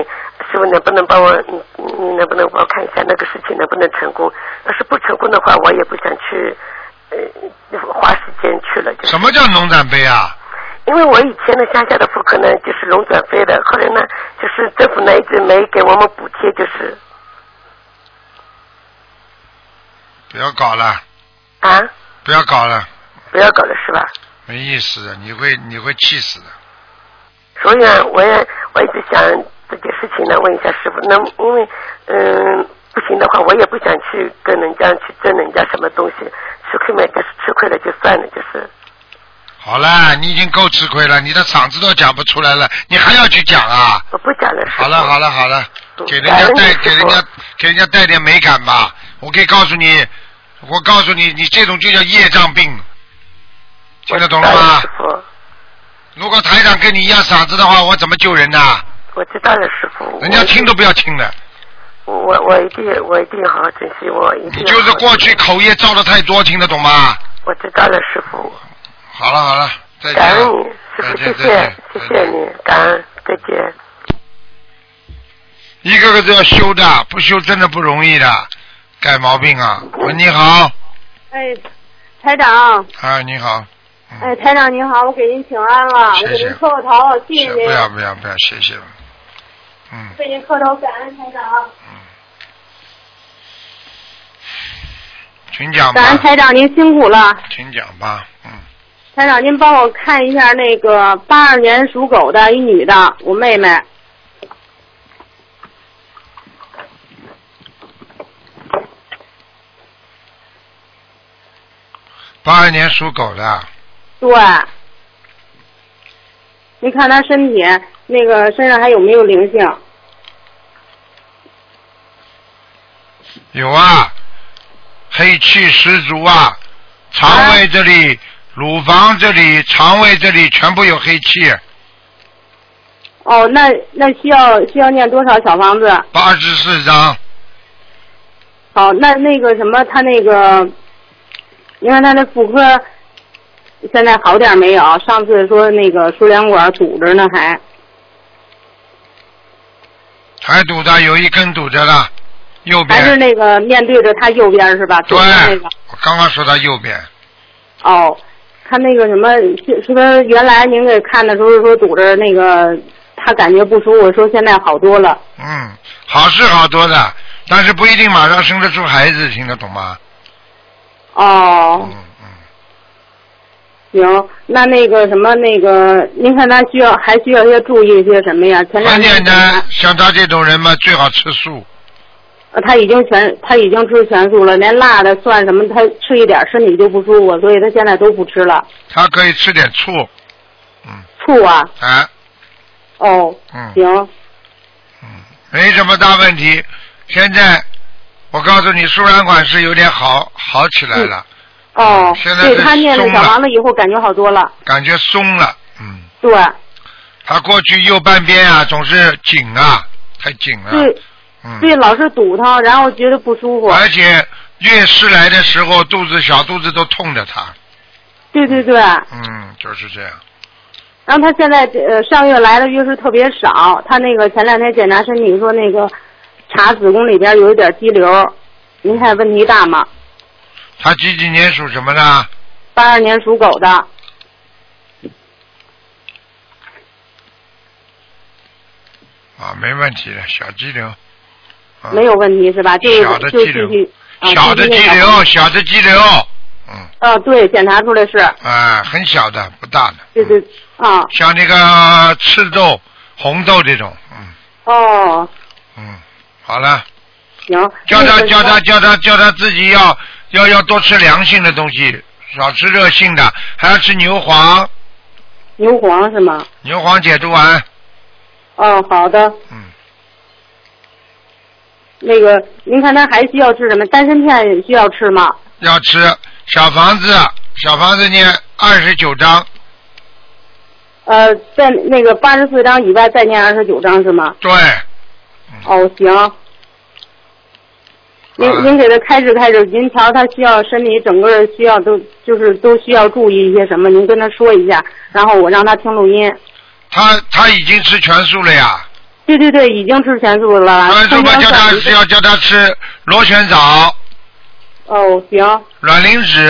[SPEAKER 6] 师傅能不能帮我你你能不能帮我看一下那个事情能不能成功？要是不成功的话，我也不想去呃花时间去了，就是
[SPEAKER 1] 什么叫农展杯啊？
[SPEAKER 6] 因为我以前的乡下的妇科呢就是龙转飞的，后来呢就是政府呢一直没给我们补贴，就是
[SPEAKER 1] 不要搞了，
[SPEAKER 6] 啊
[SPEAKER 1] 不要搞了。
[SPEAKER 6] 不要搞了是吧？
[SPEAKER 1] 没意思的，你会你会气死的。
[SPEAKER 6] 所以啊，我也我一直想这件事情呢，问一下师傅，那因为嗯不行的话，我也不想去跟人家去争人家什么东西，吃亏嘛，就是吃亏了就算了，就是
[SPEAKER 1] 好啦，你已经够吃亏了，你的嗓子都讲不出来了，你还要去讲啊？
[SPEAKER 6] 我不讲了。师傅
[SPEAKER 1] 好了好了好了，给人
[SPEAKER 6] 感
[SPEAKER 1] 家
[SPEAKER 6] 恩
[SPEAKER 1] 带
[SPEAKER 6] 师傅
[SPEAKER 1] 给人家给人家带点美感吧。我可以告诉你，我告诉你，你这种就叫业障病，听得懂了
[SPEAKER 6] 我
[SPEAKER 1] 吗
[SPEAKER 6] 知？道了师
[SPEAKER 1] 如果台长跟你一样嗓子的话，我怎么救人呐、
[SPEAKER 6] 傅，我知道了，师傅。
[SPEAKER 1] 人家听都不要听的。
[SPEAKER 6] 我我我一定我一定好好珍惜，我一定。
[SPEAKER 1] 你就是过。去口业造的太多，听得懂吗？
[SPEAKER 6] 我知道了，师傅，
[SPEAKER 1] 好了好了，再见
[SPEAKER 6] 感恩
[SPEAKER 1] 啊
[SPEAKER 6] 你，
[SPEAKER 1] 再
[SPEAKER 6] 师傅，
[SPEAKER 1] 见再见
[SPEAKER 6] 谢谢谢
[SPEAKER 1] 再
[SPEAKER 6] 谢
[SPEAKER 1] 见。
[SPEAKER 6] 你，感恩，再见。
[SPEAKER 1] 一个个都要修的，不修真的不容易的，改毛病啊！喂，你好，
[SPEAKER 7] 哎，台长，
[SPEAKER 1] 啊，你好，嗯，
[SPEAKER 7] 哎，台长您好，我给您请安了，
[SPEAKER 1] 谢谢
[SPEAKER 7] 我给您磕个头，谢谢
[SPEAKER 1] 谢
[SPEAKER 7] 您
[SPEAKER 1] 不，要不要不要，谢谢了，嗯，
[SPEAKER 7] 为您磕头感恩台长。
[SPEAKER 1] 请讲
[SPEAKER 7] 感恩
[SPEAKER 1] 吧，
[SPEAKER 7] 台长您辛苦了，
[SPEAKER 1] 请讲吧，嗯，
[SPEAKER 7] 台长您帮我看一下那个八二年属狗的一女的，我妹妹，
[SPEAKER 1] 八二年属狗的，
[SPEAKER 7] 对，您看她身体那个身上还有没有灵性？
[SPEAKER 1] 有啊，黑气十足啊，肠胃这里、乳房这里、肠胃这里全部有黑气，
[SPEAKER 7] 哦，那那需要需要念多少小房子？
[SPEAKER 1] 八十四张，
[SPEAKER 7] 好，哦那那个什么，她那个，您看她的妇科现在好点没有？上次说那个输卵管堵着呢
[SPEAKER 1] 哎
[SPEAKER 7] 还。
[SPEAKER 1] 还堵着有一根堵着了，右
[SPEAKER 7] 还是
[SPEAKER 1] 边，
[SPEAKER 7] 那个面对着他右边是吧？
[SPEAKER 1] 对
[SPEAKER 7] 左边那个，
[SPEAKER 1] 我刚刚说到右边，
[SPEAKER 7] 哦，他那个什么，是是不是原来您给看的时候说堵着那个，他感觉不舒服，说现在好多了。
[SPEAKER 1] 嗯，好是好多的，但是不一定马上生得出孩子，听得懂吗？
[SPEAKER 7] 哦，
[SPEAKER 1] 嗯嗯。
[SPEAKER 7] 行，那那个什么那个，您看他需要还需要些注意些什么呀？前两
[SPEAKER 1] 很
[SPEAKER 7] 天
[SPEAKER 1] 简单，像他这种人嘛，最好吃素。
[SPEAKER 7] 呃他已经全他已经吃全素了，连辣的蒜什么他吃一点身体就不舒服，所以他现在都不吃了。
[SPEAKER 1] 他可以吃点醋，嗯，
[SPEAKER 7] 醋啊，
[SPEAKER 1] 啊，
[SPEAKER 7] 哦，
[SPEAKER 1] 嗯，
[SPEAKER 7] 行，
[SPEAKER 1] 没什么大问题。现在我告诉你，输卵管是有点好好起来了，
[SPEAKER 7] 哦，
[SPEAKER 1] 现在
[SPEAKER 7] 对
[SPEAKER 1] 是啊
[SPEAKER 7] 他念了
[SPEAKER 1] 松
[SPEAKER 7] 小
[SPEAKER 1] 了
[SPEAKER 7] 房子以后感觉好多了，
[SPEAKER 1] 感觉松了，嗯。
[SPEAKER 7] 对。
[SPEAKER 1] 他过去右半边啊总是紧啊，太紧了，
[SPEAKER 7] 对
[SPEAKER 1] 嗯，啊
[SPEAKER 7] 对，老是堵他，然后觉得不舒服。
[SPEAKER 1] 而且月事来的时候，肚子小肚子都痛着他，
[SPEAKER 7] 对对对，
[SPEAKER 1] 嗯，就是这样。
[SPEAKER 7] 然后他现在呃上月来的月是特别少，他那个前两天检查身体说那个查子宫里边有一点肌瘤，您看问题大吗？
[SPEAKER 1] 他几几年属什么的？
[SPEAKER 7] 八二年属狗的，
[SPEAKER 1] 啊，没问题的，小肌瘤。啊、
[SPEAKER 7] 没有问题是吧？就
[SPEAKER 1] 小的
[SPEAKER 7] 就
[SPEAKER 1] 肌
[SPEAKER 7] 继
[SPEAKER 1] 瘤
[SPEAKER 7] 续啊
[SPEAKER 1] 小的
[SPEAKER 7] 继
[SPEAKER 1] 肌
[SPEAKER 7] 续那个
[SPEAKER 1] 瘤，小的肌瘤，嗯，
[SPEAKER 7] 呃，对，检查出来是，
[SPEAKER 1] 啊，很小的，不大的，嗯
[SPEAKER 7] 对对啊，
[SPEAKER 1] 像那个赤豆、红豆这种，嗯
[SPEAKER 7] 哦，
[SPEAKER 1] 嗯，好了，
[SPEAKER 7] 行，
[SPEAKER 1] 叫
[SPEAKER 7] 那
[SPEAKER 1] 他
[SPEAKER 7] 个
[SPEAKER 1] 叫他叫他叫他自己要要要多吃凉性的东西，少吃热性的，还要吃牛黄，
[SPEAKER 7] 牛黄是吗？
[SPEAKER 1] 牛黄解毒丸，
[SPEAKER 7] 哦，好的，
[SPEAKER 1] 嗯，
[SPEAKER 7] 那个您看他还需要吃什么？丹参片需要吃吗？
[SPEAKER 1] 要吃小房子，小房子念二十九章，
[SPEAKER 7] 呃，在那个八十四章以外再念二十九章是吗？
[SPEAKER 1] 对，嗯
[SPEAKER 7] 哦，行。您
[SPEAKER 1] 好了
[SPEAKER 7] 您给他开示开示，您瞧他需要身体整个需要都就是都需要注意一些什么，您跟他说一下，然后我让他听录音。
[SPEAKER 1] 他他已经吃全素了呀。
[SPEAKER 7] 对对对，已经吃全素了。
[SPEAKER 1] 所以说
[SPEAKER 7] 葱
[SPEAKER 1] 嘛，嗯
[SPEAKER 7] 姜
[SPEAKER 1] 叫他
[SPEAKER 7] 蒜
[SPEAKER 1] 是要叫他吃螺旋藻、
[SPEAKER 7] 哦，行，
[SPEAKER 1] 卵磷脂、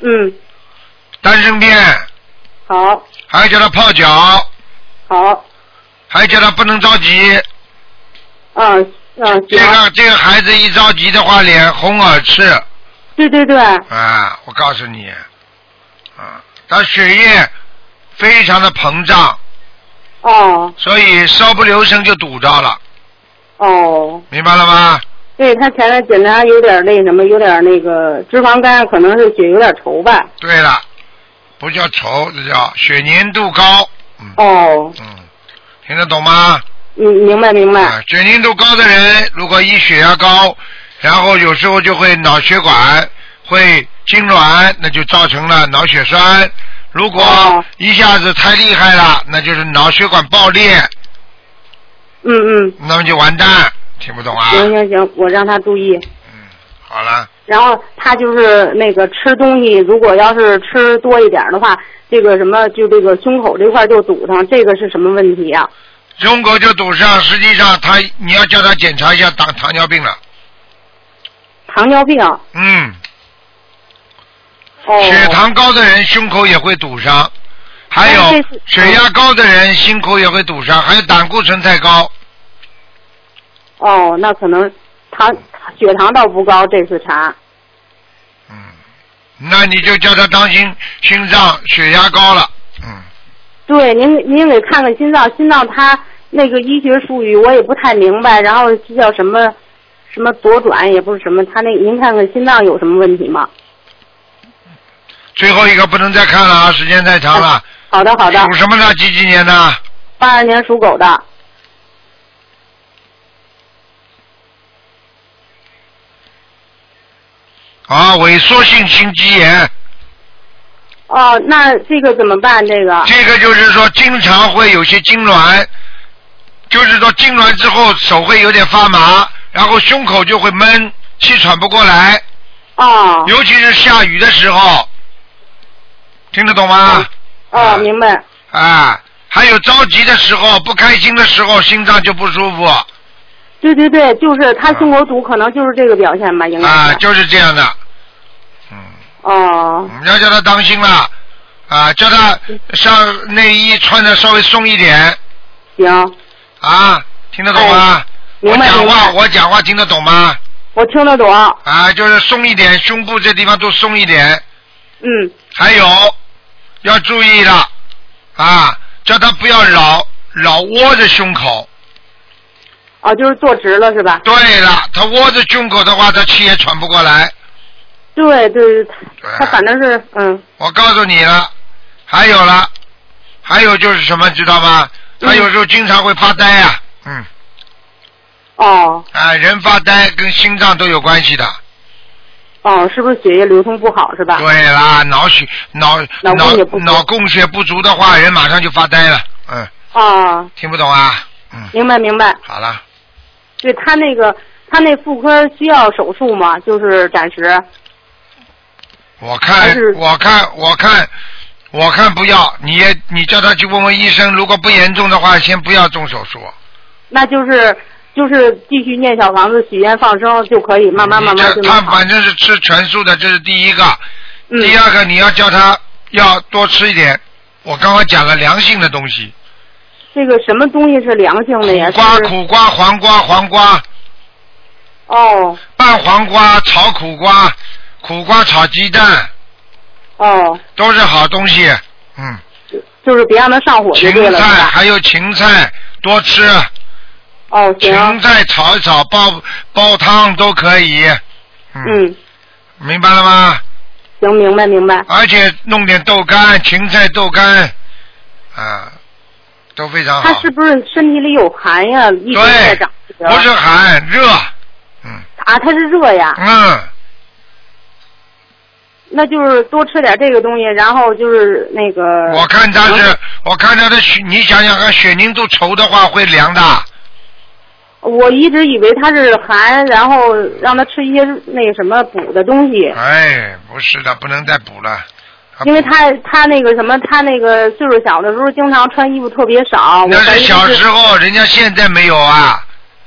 [SPEAKER 7] 嗯，
[SPEAKER 1] 丹参片，
[SPEAKER 7] 好，
[SPEAKER 1] 还要叫他泡脚，
[SPEAKER 7] 好，
[SPEAKER 1] 还要叫他不能着急。
[SPEAKER 7] 嗯嗯，
[SPEAKER 1] 这
[SPEAKER 7] 行，
[SPEAKER 1] 个这个孩子一着急的话，脸红耳赤
[SPEAKER 7] 对对对，
[SPEAKER 1] à? 啊！我告诉你，啊，他血液非常的膨胀，
[SPEAKER 7] 哦
[SPEAKER 1] 所以稍不留神就堵着了，
[SPEAKER 7] 哦。
[SPEAKER 1] 明白了吗？
[SPEAKER 7] 对他前面检查有点那什么，有点那个脂肪肝，可能是血有点稠吧。
[SPEAKER 1] 对了，不叫稠，这叫血粘度高。嗯
[SPEAKER 7] 哦，
[SPEAKER 1] 嗯，听得懂吗？
[SPEAKER 7] 嗯，明白明白。
[SPEAKER 1] 啊，血凝度高的人，如果一血压高，然后有时候就会脑血管会痉挛，那就造成了脑血栓。如果
[SPEAKER 7] 哦
[SPEAKER 1] 一下子太厉害了，那就是脑血管爆裂，
[SPEAKER 7] 嗯嗯，
[SPEAKER 1] 那么就完蛋。听不懂啊？
[SPEAKER 7] 行行行，我让他注意。
[SPEAKER 1] 嗯，好了，
[SPEAKER 7] 然后他就是那个吃东西，如果要是吃多一点的话，这个什么就这个胸口这块就堵上，这个是什么问题啊呀、
[SPEAKER 1] 胸口就堵上，实际上他你要叫他检查一下糖糖尿病了。
[SPEAKER 7] 糖尿病。哦。
[SPEAKER 1] 嗯，血糖高的人胸口也会堵上，还
[SPEAKER 7] 哎
[SPEAKER 1] 有
[SPEAKER 7] 这是
[SPEAKER 1] 血压高的人心口也会堵上，还有胆固醇太高。
[SPEAKER 7] 哦，那可能糖血糖倒不高，这次查。
[SPEAKER 1] 那你就叫他当心心脏血压高了。嗯，
[SPEAKER 7] 对，您您给看看心脏，心脏它那个医学术语我也不太明白，然后这叫什么什么左转也不是什么，它那您看看心脏有什么问题吗？
[SPEAKER 1] 最后一个不能再看了啊，时间太长了。
[SPEAKER 7] 好的好的，
[SPEAKER 1] 属什么呢？几几年的？
[SPEAKER 7] 八二年属狗的，
[SPEAKER 1] 啊，萎缩性心肌炎，
[SPEAKER 7] 哦，那这个怎么办？这个
[SPEAKER 1] 这个就是说经常会有些痉挛，就是说痉挛之后手会有点发麻，然后胸口就会闷，气喘不过来，
[SPEAKER 7] 哦
[SPEAKER 1] 尤其是下雨的时候，听得懂吗？
[SPEAKER 7] 哦，明白
[SPEAKER 1] 啊，还有着急的时候、不开心的时候，心脏就不舒服
[SPEAKER 7] 对对对，就是他胸口堵，可能就是这个表现吧，应该
[SPEAKER 1] 啊，
[SPEAKER 7] 是。
[SPEAKER 1] 就是这样的。
[SPEAKER 7] 哦
[SPEAKER 1] 你要叫他当心了啊，叫他上内衣穿的稍微松一点
[SPEAKER 7] 行，哎
[SPEAKER 1] 啊，听得懂吗？我
[SPEAKER 7] 明白
[SPEAKER 1] 讲
[SPEAKER 7] 明
[SPEAKER 1] 话
[SPEAKER 7] 白，
[SPEAKER 1] 我讲话听得懂吗？
[SPEAKER 7] 我听得懂。
[SPEAKER 1] 啊，就是松一点，胸部这地方都松一点。
[SPEAKER 7] 嗯，
[SPEAKER 1] 还有要注意了啊，叫他不要老老窝着胸口。
[SPEAKER 7] 哦，就是坐直了是吧？
[SPEAKER 1] 对了，他窝着胸口的话，他气也喘不过来。
[SPEAKER 7] 对对，对
[SPEAKER 1] 对
[SPEAKER 7] 他反正是嗯，
[SPEAKER 1] 我告诉你了，还有了，还有就是什么，知道吗？
[SPEAKER 7] 嗯
[SPEAKER 1] 他有时候经常会发呆呀、嗯，
[SPEAKER 7] 哦
[SPEAKER 1] 啊，人发呆跟心脏都有关系的。
[SPEAKER 7] 哦，是不是血液流通不好是吧？
[SPEAKER 1] 对啦，脑血脑
[SPEAKER 7] 脑供血不足
[SPEAKER 1] 脑供血不足的话，人马上就发呆了。嗯，
[SPEAKER 7] 哦，
[SPEAKER 1] 听不懂啊？嗯，
[SPEAKER 7] 明白明白。
[SPEAKER 1] 好了，
[SPEAKER 7] 对他那个他那妇科需要手术吗？就是暂时。
[SPEAKER 1] 我
[SPEAKER 7] 还
[SPEAKER 1] 看
[SPEAKER 7] 是
[SPEAKER 1] 我看我看我看不要，你也你叫他去问问医生，如果不严重的话，先不要动手术。
[SPEAKER 7] 那就是就是继续念小房子、许愿、放生就可以，慢慢慢慢
[SPEAKER 1] 你
[SPEAKER 7] 就
[SPEAKER 1] 这他
[SPEAKER 7] 能好。
[SPEAKER 1] 反正是吃全素的，这是第一个。
[SPEAKER 7] 嗯，
[SPEAKER 1] 第二个，你要叫他要多吃一点。我刚刚讲了凉性的东西，
[SPEAKER 7] 这个什么东西是良性的呀？
[SPEAKER 1] 苦瓜、
[SPEAKER 7] 是
[SPEAKER 1] 苦瓜、黄瓜、黄瓜、
[SPEAKER 7] 哦
[SPEAKER 1] 拌黄瓜、炒苦瓜、苦瓜炒鸡蛋，
[SPEAKER 7] 哦，
[SPEAKER 1] 都是好东西。嗯，
[SPEAKER 7] 就是别让它上火就
[SPEAKER 1] 芹
[SPEAKER 7] 对了，是
[SPEAKER 1] 菜
[SPEAKER 7] 吧？
[SPEAKER 1] 还有芹菜多吃，
[SPEAKER 7] 哦，行，
[SPEAKER 1] 芹菜炒一炒，煲煲汤都可以。嗯，
[SPEAKER 7] 嗯，
[SPEAKER 1] 明白了吗？
[SPEAKER 7] 行，明白明白。
[SPEAKER 1] 而且弄点豆干，芹菜豆干，啊，都非常
[SPEAKER 7] 他
[SPEAKER 1] 好
[SPEAKER 7] 是。不是身体里有寒呀？一直在长。
[SPEAKER 1] 啊不是寒热，嗯
[SPEAKER 7] 啊，他是热呀，
[SPEAKER 1] 嗯。
[SPEAKER 7] 那就是多吃点这个东西，然后就是那个。
[SPEAKER 1] 我看他是，我看他的血，你想想看，血凝度稠的话会凉的。
[SPEAKER 7] 我一直以为他是寒，然后让他吃一些那个什么补的东西，
[SPEAKER 1] 哎，不是的，不能再补了。
[SPEAKER 7] 因为他他那个什么，他那个岁数小的时候经常穿衣服特别少。
[SPEAKER 1] 那
[SPEAKER 7] 我怀
[SPEAKER 1] 是
[SPEAKER 7] 疑
[SPEAKER 1] 小
[SPEAKER 7] 是
[SPEAKER 1] 时候，人家现在没有啊。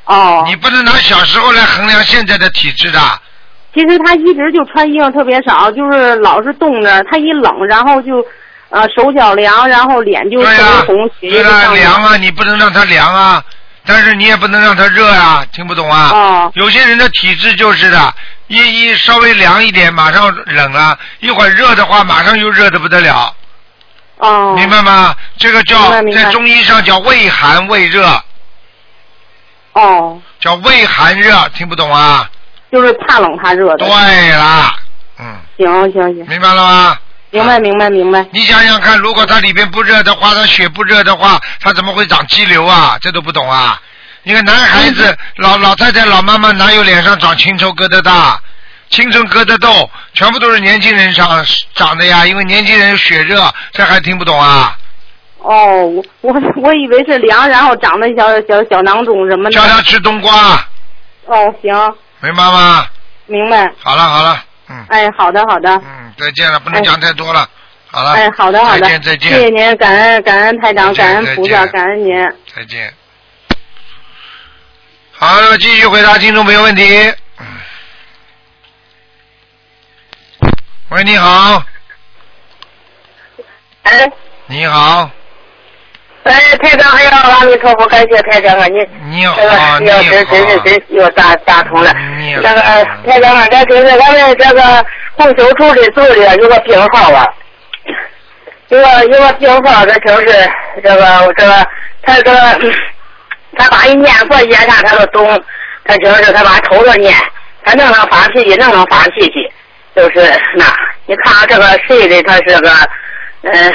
[SPEAKER 7] 哦，
[SPEAKER 1] 你不能拿小时候来衡量现在的体质的。
[SPEAKER 7] 其实他一直就穿衣裳特别少，就是老是冻着。他一冷，然后就呃手脚凉，然后脸就
[SPEAKER 1] 对
[SPEAKER 7] 特
[SPEAKER 1] 啊
[SPEAKER 7] 别红，，
[SPEAKER 1] 对
[SPEAKER 7] 血液就
[SPEAKER 1] 啊，
[SPEAKER 7] 上
[SPEAKER 1] 凉啊，你不能让它凉啊，但是你也不能让它热啊，听不懂啊？
[SPEAKER 7] 哦
[SPEAKER 1] 有些人的体质就是的，一一稍微凉一点，马上冷了；一会儿热的话，马上又热的不得了。
[SPEAKER 7] 哦，
[SPEAKER 1] 明白吗？这个
[SPEAKER 7] 明
[SPEAKER 1] 叫
[SPEAKER 7] 白明白
[SPEAKER 1] 在中医上叫胃寒胃热，
[SPEAKER 7] 哦，
[SPEAKER 1] 叫胃寒热，听不懂啊？
[SPEAKER 7] 就是怕冷怕热的。
[SPEAKER 1] 对啦，嗯，
[SPEAKER 7] 行行行，
[SPEAKER 1] 明白了吗？
[SPEAKER 7] 明白明白明白。
[SPEAKER 1] 你想想看，如果它里边不热的话，它血不热的话，它怎么会长肌瘤啊？这都不懂啊！一个男孩
[SPEAKER 7] 嗯
[SPEAKER 1] 子、老老太太、老妈妈哪有脸上长青春疙瘩大？青春疙瘩痘全部都是年轻人长长的呀，因为年轻人有血热，这还听不懂啊？
[SPEAKER 7] 哦，我我我以为是凉，然后长的小小小囊肿什么的
[SPEAKER 1] 叫。他吃冬瓜，
[SPEAKER 7] 哦，行，
[SPEAKER 1] 明白吗？
[SPEAKER 7] 明白。
[SPEAKER 1] 好了好了，嗯。
[SPEAKER 7] 哎，好的好的。
[SPEAKER 1] 嗯，再见了，不能讲太多了。好了，
[SPEAKER 7] 哎，好的好的
[SPEAKER 1] 再见，再见，
[SPEAKER 7] 谢谢您，感恩感恩台长，
[SPEAKER 1] 再见
[SPEAKER 7] 感恩菩萨，
[SPEAKER 1] 再见
[SPEAKER 7] 感恩您。
[SPEAKER 1] 再见。好，那么继续回答听众朋友问题。嗯喂，你好，
[SPEAKER 8] 哎，
[SPEAKER 1] 你好，
[SPEAKER 3] 哎，台长，哎呀，阿弥陀佛，感谢台长啊，你
[SPEAKER 1] 你好
[SPEAKER 3] 这个
[SPEAKER 1] 你
[SPEAKER 3] 要
[SPEAKER 1] 好
[SPEAKER 3] 真真是真又打打通了
[SPEAKER 1] 你。好
[SPEAKER 3] 那个呃台长啊，这就是咱们这个红修处的组的有个病号啊，有个有个病号，这就是这个这个他这个嗯他爸一念佛一啥他都懂，他就是他爸抽着念，他能能发脾气，能能发脾气，就是那你看看这个谁的他是个嗯。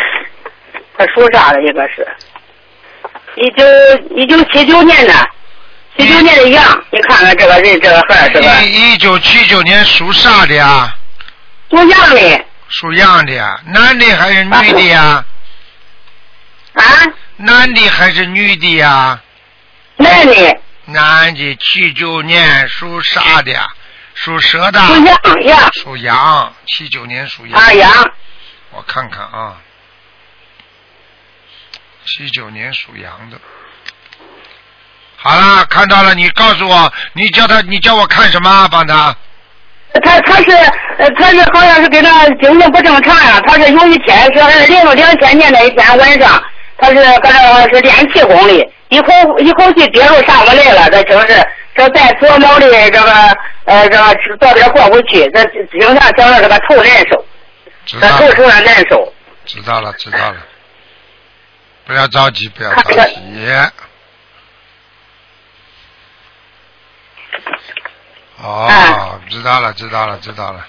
[SPEAKER 3] 他属啥的？应该是一九一九七九年的，七九年的羊。你看看这个人，这个孩儿是吧？
[SPEAKER 1] 一一九七九年属啥的呀？
[SPEAKER 3] 属羊的
[SPEAKER 1] 属羊的呀，男的还是女的呀？
[SPEAKER 3] 啊，
[SPEAKER 1] 男的还是女的呀？
[SPEAKER 3] 男的
[SPEAKER 1] 男的七九年属啥的呀？属蛇的。
[SPEAKER 3] 属羊 羊
[SPEAKER 1] 属羊，七九年属羊。
[SPEAKER 3] 啊羊。
[SPEAKER 1] 我看看啊，七九年属羊的。好啦，看到了，你告诉我，你叫他，你叫我看什么？帮他。
[SPEAKER 3] 他他是呃他是好像是跟那精神不正常呀、他是有一天是零六两千年那一天晚上，他是搁这是练气功的，一口一口气憋出上不来了，这就是这再琢磨的这个呃这个到这过不去，这经常觉着这个头难受，
[SPEAKER 1] 知
[SPEAKER 3] 这
[SPEAKER 1] 道
[SPEAKER 3] 头头
[SPEAKER 1] 了，
[SPEAKER 3] 上难受。
[SPEAKER 1] 知道了，知道了。不要着急，不要着急。哦，
[SPEAKER 3] 啊
[SPEAKER 1] 知道了，知道了，知道了。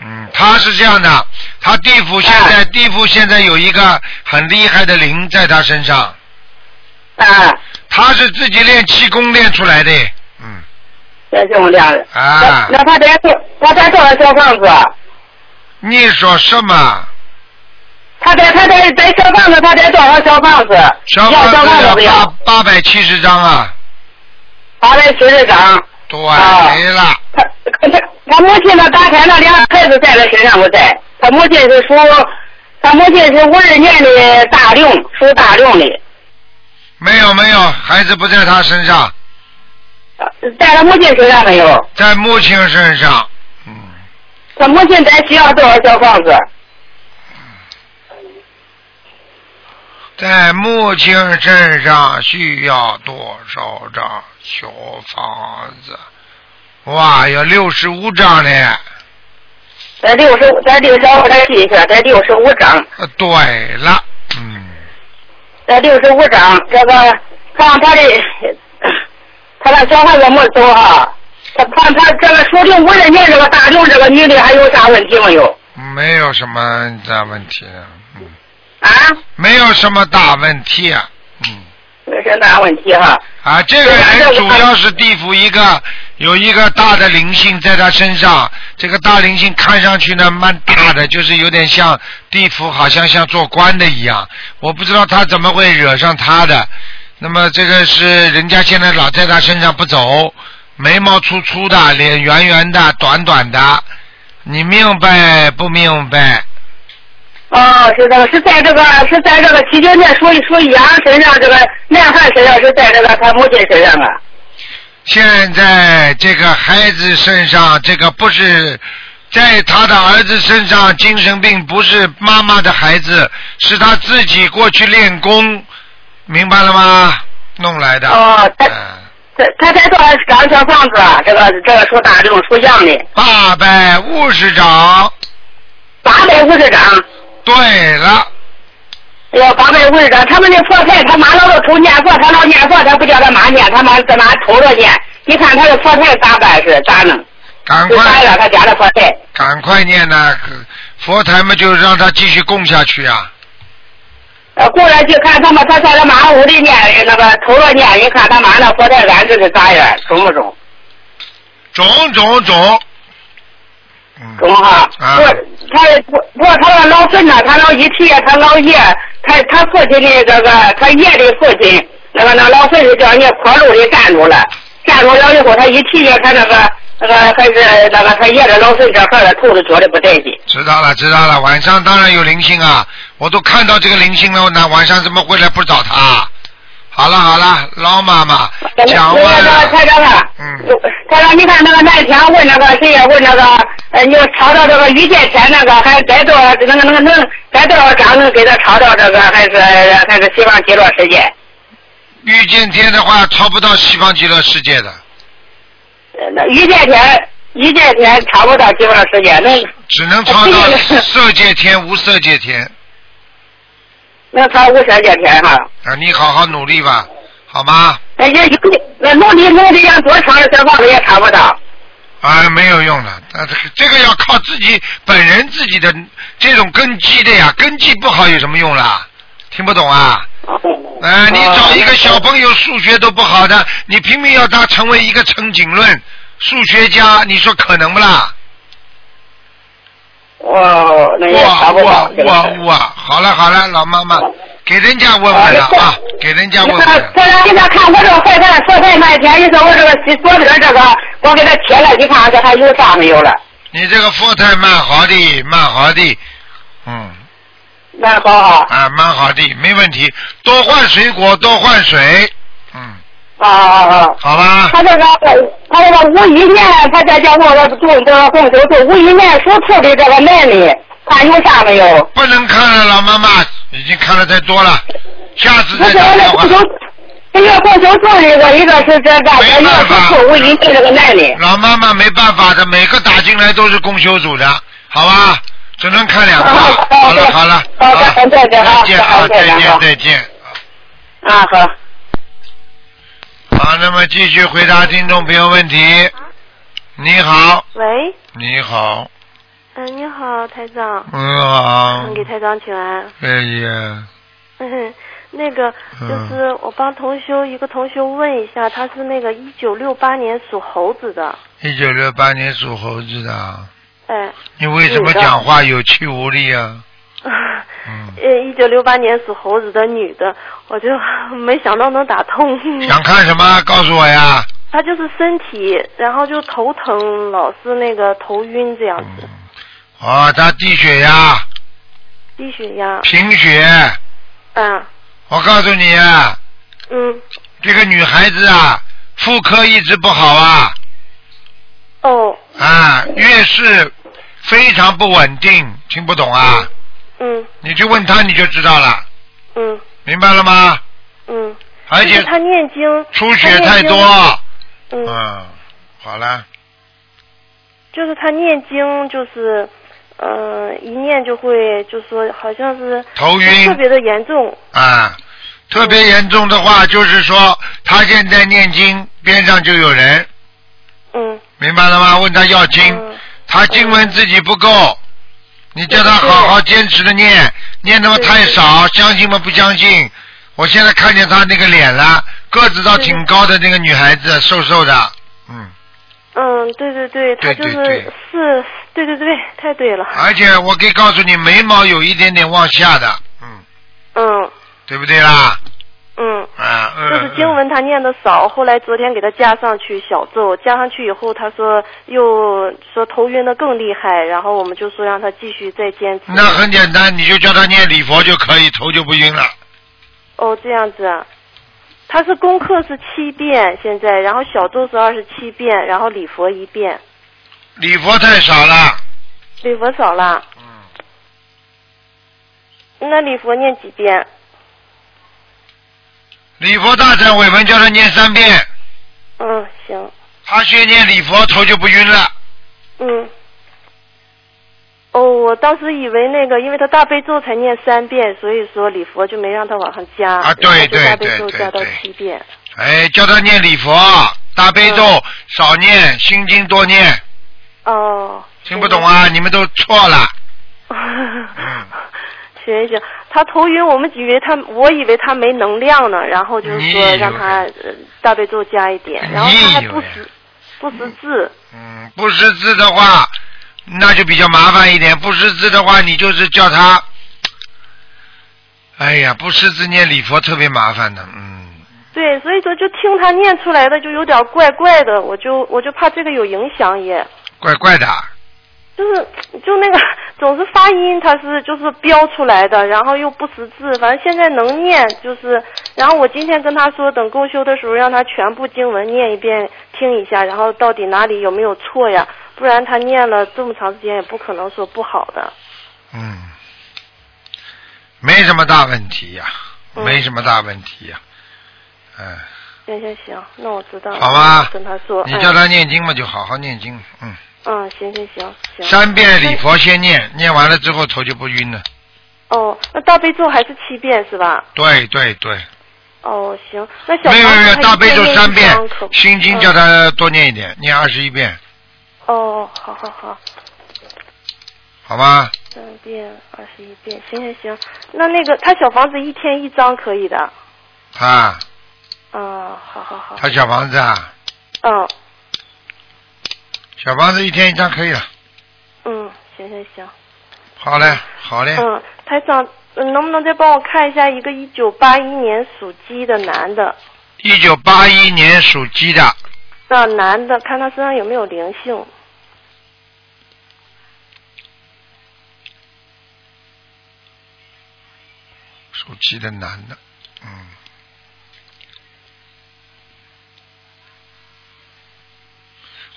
[SPEAKER 1] 嗯，他是这样的，他地府现
[SPEAKER 3] 啊
[SPEAKER 1] 在、地府现在有一个很厉害的灵在他身上，
[SPEAKER 3] 啊，
[SPEAKER 1] 他是自己练气功练出来的
[SPEAKER 3] 这这么亮的。
[SPEAKER 1] 啊。
[SPEAKER 3] 那他得他得多少小房子？啊
[SPEAKER 1] 你说什么？
[SPEAKER 3] 他得他得得小房子，他得多少小房子？
[SPEAKER 1] 小
[SPEAKER 3] 要小房子
[SPEAKER 1] 房
[SPEAKER 3] 不
[SPEAKER 1] 子
[SPEAKER 3] 要
[SPEAKER 1] 要？八八百七十张啊！
[SPEAKER 3] 八百七十张。
[SPEAKER 1] 对
[SPEAKER 3] 啊
[SPEAKER 1] 了，
[SPEAKER 3] 他他他母亲呢？刚才那俩孩子在他身上不在，他母亲是属，他母亲是五二年的大龄，属大龄的，
[SPEAKER 1] 没有没有，孩子不在他身上，
[SPEAKER 3] 在他母亲身上没有？
[SPEAKER 1] 在母亲身上。
[SPEAKER 3] 他母亲在需要多少小房子？
[SPEAKER 1] 在母亲身上需要多少张小房子？哇，有六十五张嘞！
[SPEAKER 3] 在六十，在六十，我再记一下，在六十五张，
[SPEAKER 1] 呃对了，
[SPEAKER 3] 在六十五张，这个看他的，他那小孩子没走啊。他看他这个属灵五二年这个大龄这个女的还有啥问题没有？
[SPEAKER 1] 没有什么大问题，嗯，
[SPEAKER 3] 啊，
[SPEAKER 1] 没有什么大问题啊。
[SPEAKER 3] 没是大问题哈、
[SPEAKER 1] 啊，这个人主要是地府一个有一个大的灵性在他身上，这个大灵性看上去呢蛮大的，就是有点像地府，好像像做官的一样。我不知道他怎么会惹上他的。那么这个是人家现在老在他身上不走，眉毛粗粗的，脸圆圆的，短短的，你明白不明白？
[SPEAKER 3] 哦，是这个，是在这个，是在这个七九年属于属于羊身上，这个男孩身上是在这个他母亲身上啊。
[SPEAKER 1] 现在这个孩子身上，这个不是在他的儿子身上，精神病不是妈妈的孩子，是他自己过去练功，明白了吗？弄来的。
[SPEAKER 3] 哦，他
[SPEAKER 1] 嗯，
[SPEAKER 3] 他他才多少张小房子啊？这个这个属大这种属羊的，
[SPEAKER 1] 八百五十张。
[SPEAKER 3] 八百五十张，
[SPEAKER 1] 对了，
[SPEAKER 3] 哎呦，八百五十张。他们的佛台，他妈老是偷念佛，他老念佛，他不叫他妈念，他妈他妈偷着念。你看他的佛台咋办是咋弄？
[SPEAKER 1] 赶
[SPEAKER 3] 就
[SPEAKER 1] 快
[SPEAKER 3] 拆了他家的佛台。
[SPEAKER 1] 赶快念呐、可佛台嘛，就让他继续供下去啊。
[SPEAKER 3] 呃，过来去看他们，他在他妈屋里念那个头着念，你看他妈那佛台安置是咋样，中不中？
[SPEAKER 1] 种种种，
[SPEAKER 3] 中哈。
[SPEAKER 1] 啊
[SPEAKER 3] 我他我我他的老孙呢，他老一提他老爷，他他父亲的这个他爷的父亲，那个那老孙是叫人家坡路里站住了，站住了以后，他一提起他那个那个还是那个他爷的老孙这孩儿头都觉得不对劲。
[SPEAKER 1] 知道了，知道了。晚上当然有灵性啊，我都看到这个灵性了，我哪晚上怎么会来不找他？好了好了，老妈妈讲
[SPEAKER 3] 那
[SPEAKER 1] 完
[SPEAKER 3] 个
[SPEAKER 1] 了。
[SPEAKER 3] 台长啊，台长，你看那个那天问那个谁呀？问那个，呃，你要抄到这个于建前那个，还该多少能能能该多少章能给他抄到这个，还是还是西方极乐世界？
[SPEAKER 1] 遇见天的话，超不到西方极乐世界的。
[SPEAKER 3] 那于建前于建前抄不到极乐世界，能
[SPEAKER 1] 只能超
[SPEAKER 3] 哎
[SPEAKER 1] 到色界天、无色界天
[SPEAKER 3] 能抄无色界天哈？
[SPEAKER 1] 啊！你好好努力吧，好吗？
[SPEAKER 3] 那也有的，那努力努力想多抄点小房子也抄不到。
[SPEAKER 1] 啊，没有用的，啊，这个这个要靠自己本人自己的这种根基的呀，根基不好有什么用啦？听不懂啊？
[SPEAKER 3] 哦
[SPEAKER 1] 啊，你找一个小朋友数学都不好的，你拼命要他成为一个陈景润数学家，你说可能不啦？
[SPEAKER 3] 哦，那也
[SPEAKER 1] 哇
[SPEAKER 3] 抄不
[SPEAKER 1] 哇
[SPEAKER 3] 到。这个
[SPEAKER 1] 哇哇！好了好了，老妈妈，给人家问问了啊，给人家问问了。
[SPEAKER 3] 他让给他哎看我这个坏蛋说在那一天，你说我这个西左边这个，我给他贴了，你看看还有啥没有了？
[SPEAKER 1] 你这个佛台蛮好的，蛮好的，嗯，
[SPEAKER 3] 那好好
[SPEAKER 1] 啊，蛮好的，没问题。多换水果，多换水，
[SPEAKER 3] 啊啊啊！
[SPEAKER 1] 好吧？
[SPEAKER 3] 他这个他这个五一年，他在叫我这种这个供修是五一年属兔的这个男的，看有啥没有？
[SPEAKER 1] 不能看了，老妈妈已经看的太多了，下次
[SPEAKER 3] 不
[SPEAKER 1] 再
[SPEAKER 3] 是我
[SPEAKER 1] 打电
[SPEAKER 3] 这
[SPEAKER 1] 话
[SPEAKER 3] 供。修，这个供修处的一个一个是这个，一个是兔，五一年这个男的。
[SPEAKER 1] 老妈妈没办法的，每个打进来都是供修组的，好吧？只能看两个。好了好了，
[SPEAKER 3] 好，咱再见啊，
[SPEAKER 1] 再见啊，再
[SPEAKER 3] 见
[SPEAKER 1] 见
[SPEAKER 3] 啊，
[SPEAKER 1] 再见。
[SPEAKER 3] 啊好。
[SPEAKER 1] 好，那么继续回答听众朋友问题。你好，
[SPEAKER 9] 喂，
[SPEAKER 1] 你好，
[SPEAKER 9] 嗯、你好，台长，
[SPEAKER 1] 你好
[SPEAKER 9] 嗯，，给台长请安。
[SPEAKER 1] 哎呀。
[SPEAKER 9] 嗯，那个
[SPEAKER 1] 嗯
[SPEAKER 9] 就是我帮同修一个同修问一下，他是那个一九六八年属猴子的，
[SPEAKER 1] 一九六八年属猴子的啊，
[SPEAKER 9] 哎，
[SPEAKER 1] 你为什么讲话有气无力啊？
[SPEAKER 9] 呃，一九六八年属猴子的女的，我就 没想到能打通。
[SPEAKER 1] 想看什么？啊告诉我呀！
[SPEAKER 9] 她就是身体，然后就头疼，老是那个头晕这样子，
[SPEAKER 1] 哦，他低血压、
[SPEAKER 9] 低血压，
[SPEAKER 1] 贫血。
[SPEAKER 9] 嗯
[SPEAKER 1] 我告诉你啊，
[SPEAKER 9] 嗯，
[SPEAKER 1] 这个女孩子啊，妇科一直不好啊
[SPEAKER 9] 哦，
[SPEAKER 1] 啊，越是非常不稳定，听不懂啊？
[SPEAKER 9] 嗯
[SPEAKER 1] 你去问她你就知道了，
[SPEAKER 9] 嗯
[SPEAKER 1] 明白了吗？
[SPEAKER 9] 嗯，
[SPEAKER 1] 而且
[SPEAKER 9] 她念经，
[SPEAKER 1] 出
[SPEAKER 9] 她
[SPEAKER 1] 血
[SPEAKER 9] 念
[SPEAKER 1] 太
[SPEAKER 9] 经
[SPEAKER 1] 多。
[SPEAKER 9] 嗯
[SPEAKER 1] 嗯，好了，
[SPEAKER 9] 就是他念经，就是，呃，一念就会，就说好像是
[SPEAKER 1] 头晕
[SPEAKER 9] 特别的严重。
[SPEAKER 1] 啊，特别严重的话，就是说他现在念经边上就有人，
[SPEAKER 9] 嗯
[SPEAKER 1] 明白了吗？问他要经，他经文自己不够，你叫他好好坚持的念，念他妈太少，相信吗？不相信？我现在看见他那个脸了，个子倒挺高的那个女孩子，瘦瘦的，
[SPEAKER 9] 嗯，对对对，他
[SPEAKER 1] 对
[SPEAKER 9] 就是
[SPEAKER 1] 对对
[SPEAKER 9] 是，对对对，太对了。
[SPEAKER 1] 而且我可以告诉你，眉毛有一点点往下的，
[SPEAKER 9] 嗯
[SPEAKER 1] 对不对啦？
[SPEAKER 9] 嗯，
[SPEAKER 1] 啊，嗯
[SPEAKER 9] 就是经
[SPEAKER 1] 嗯
[SPEAKER 9] 文他念的少，后来昨天给他加上去小咒，加上去以后，他说又说头晕的更厉害，然后我们就说让他继续再坚持。
[SPEAKER 1] 那很简单，你就叫他念礼佛就可以，头就不晕了。
[SPEAKER 9] 哦，这样子啊。他是功课是七遍，现在，然后小咒是二十七遍，然后礼佛一遍，
[SPEAKER 1] 礼佛太少了。
[SPEAKER 9] 礼佛少了。嗯。那礼佛念几遍？
[SPEAKER 1] 礼佛大忏悔文叫他念三遍，
[SPEAKER 9] 嗯，行，
[SPEAKER 1] 他先念礼佛头就不晕了。
[SPEAKER 9] 嗯。哦，我当时以为那个，因为他大悲咒才念三遍，所以说礼佛就没让他往上加。
[SPEAKER 1] 啊对
[SPEAKER 9] 然后就
[SPEAKER 1] 对
[SPEAKER 9] 大悲
[SPEAKER 1] 对
[SPEAKER 9] 咒
[SPEAKER 1] 对
[SPEAKER 9] 加到
[SPEAKER 1] 对
[SPEAKER 9] 七遍。
[SPEAKER 1] 哎，叫他念礼佛、大悲咒少念，心经多念。
[SPEAKER 9] 哦。
[SPEAKER 1] 听不懂啊？嗯你们都错了。
[SPEAKER 9] 行行，他头晕，我们以为他，我以为他没能量呢，然后就是
[SPEAKER 1] 你以
[SPEAKER 9] 说
[SPEAKER 1] 为
[SPEAKER 9] 让他呃大悲咒加一点，然后他还不识不识字，
[SPEAKER 1] 嗯不识字的话，那就比较麻烦一点。不识字的话，你就是叫他。哎呀，不识字念礼佛特别麻烦的，嗯。
[SPEAKER 9] 对，所以说就听他念出来的就有点怪怪的，我就我就怕这个有影响也，
[SPEAKER 1] 怪怪的。
[SPEAKER 9] 就是就那个 总是发音它是就是标出来的，然后又不识字，反正现在能念就是。然后我今天跟他说，等共修的时候让他全部经文念一遍，听一下，然后到底哪里有没有错呀？不然他念了这么长时间，也不可能说不好的。
[SPEAKER 1] 嗯，没什么大问题呀、
[SPEAKER 9] 嗯
[SPEAKER 1] 没什么大问题呀、嗯，
[SPEAKER 9] 行行行，那我知道了。
[SPEAKER 1] 好吧
[SPEAKER 9] 跟他说，
[SPEAKER 1] 你叫
[SPEAKER 9] 哎
[SPEAKER 1] 他念经嘛，就好好念经，嗯，
[SPEAKER 9] 嗯，行行行行。
[SPEAKER 1] 三遍礼佛先念，念完了之后头就不晕了。
[SPEAKER 9] 哦，那大悲咒还是七遍是吧？
[SPEAKER 1] 对对对，
[SPEAKER 9] 哦，行，那小
[SPEAKER 1] 没有
[SPEAKER 9] 房
[SPEAKER 1] 没
[SPEAKER 9] 子
[SPEAKER 1] 有，
[SPEAKER 9] 还
[SPEAKER 1] 大
[SPEAKER 9] 是
[SPEAKER 1] 悲咒
[SPEAKER 9] 念一
[SPEAKER 1] 三遍
[SPEAKER 9] 张可，不嗯
[SPEAKER 1] 心经叫他多念一点，念二十一遍，
[SPEAKER 9] 哦，好好好，
[SPEAKER 1] 好吧？
[SPEAKER 9] 三遍二十一遍，行行行。那那个他小房子一天一张可以的。
[SPEAKER 1] 啊，
[SPEAKER 9] 嗯，好好好。
[SPEAKER 1] 他小房子啊，
[SPEAKER 9] 嗯
[SPEAKER 1] 小房子一天一张可以了，
[SPEAKER 9] 嗯，行行行。
[SPEAKER 1] 好嘞，好嘞，
[SPEAKER 9] 嗯，台长，呃能不能再帮我看一下一个一九八一年属鸡的男的？
[SPEAKER 1] 一九八一年属鸡的，
[SPEAKER 9] 那男的，看他身上有没有灵性？
[SPEAKER 1] 属鸡的男的，嗯。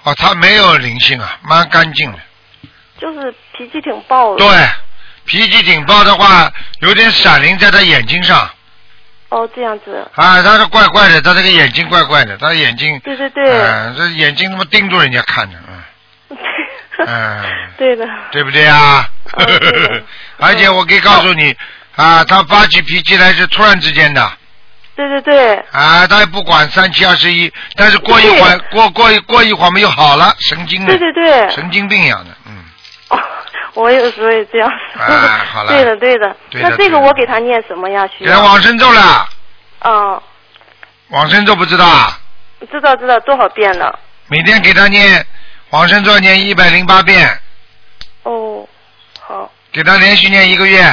[SPEAKER 1] 哦，他没有灵性啊，蛮干净的。
[SPEAKER 9] 就是脾气挺暴的。
[SPEAKER 1] 对，脾气挺暴的话，有点闪灵在他眼睛上
[SPEAKER 9] 哦，这样子。
[SPEAKER 1] 啊，他是怪怪的，他这个眼睛怪怪的，他眼睛，
[SPEAKER 9] 对对对。
[SPEAKER 1] 嗯、这眼睛他妈盯住人家看的，嗯 嗯，
[SPEAKER 9] 对的。
[SPEAKER 1] 对不对啊？
[SPEAKER 9] 嗯对的
[SPEAKER 1] 而且我可以告诉你，啊，他发起脾气来是突然之间的，
[SPEAKER 9] 对对对。
[SPEAKER 1] 啊，他也不管三七二十一，但是过一会儿，过过一过一会儿嘛又好了，神经
[SPEAKER 9] 对
[SPEAKER 1] 的，
[SPEAKER 9] 对对。
[SPEAKER 1] 神经病一样 的，嗯，
[SPEAKER 9] 我有时候也这样说。
[SPEAKER 1] 啊好了
[SPEAKER 9] 对的对的。
[SPEAKER 1] 对的
[SPEAKER 9] 那这
[SPEAKER 1] 对
[SPEAKER 9] 个
[SPEAKER 1] 的
[SPEAKER 9] 我给他念什么呀？需
[SPEAKER 1] 给他
[SPEAKER 9] 要。
[SPEAKER 1] 往生咒了，
[SPEAKER 9] 嗯，
[SPEAKER 1] 往生咒不知道啊？
[SPEAKER 9] 知道知道多少遍了？
[SPEAKER 1] 每天给他念往生咒念一百零八遍，
[SPEAKER 9] 哦，好，
[SPEAKER 1] 给他连续念一个月，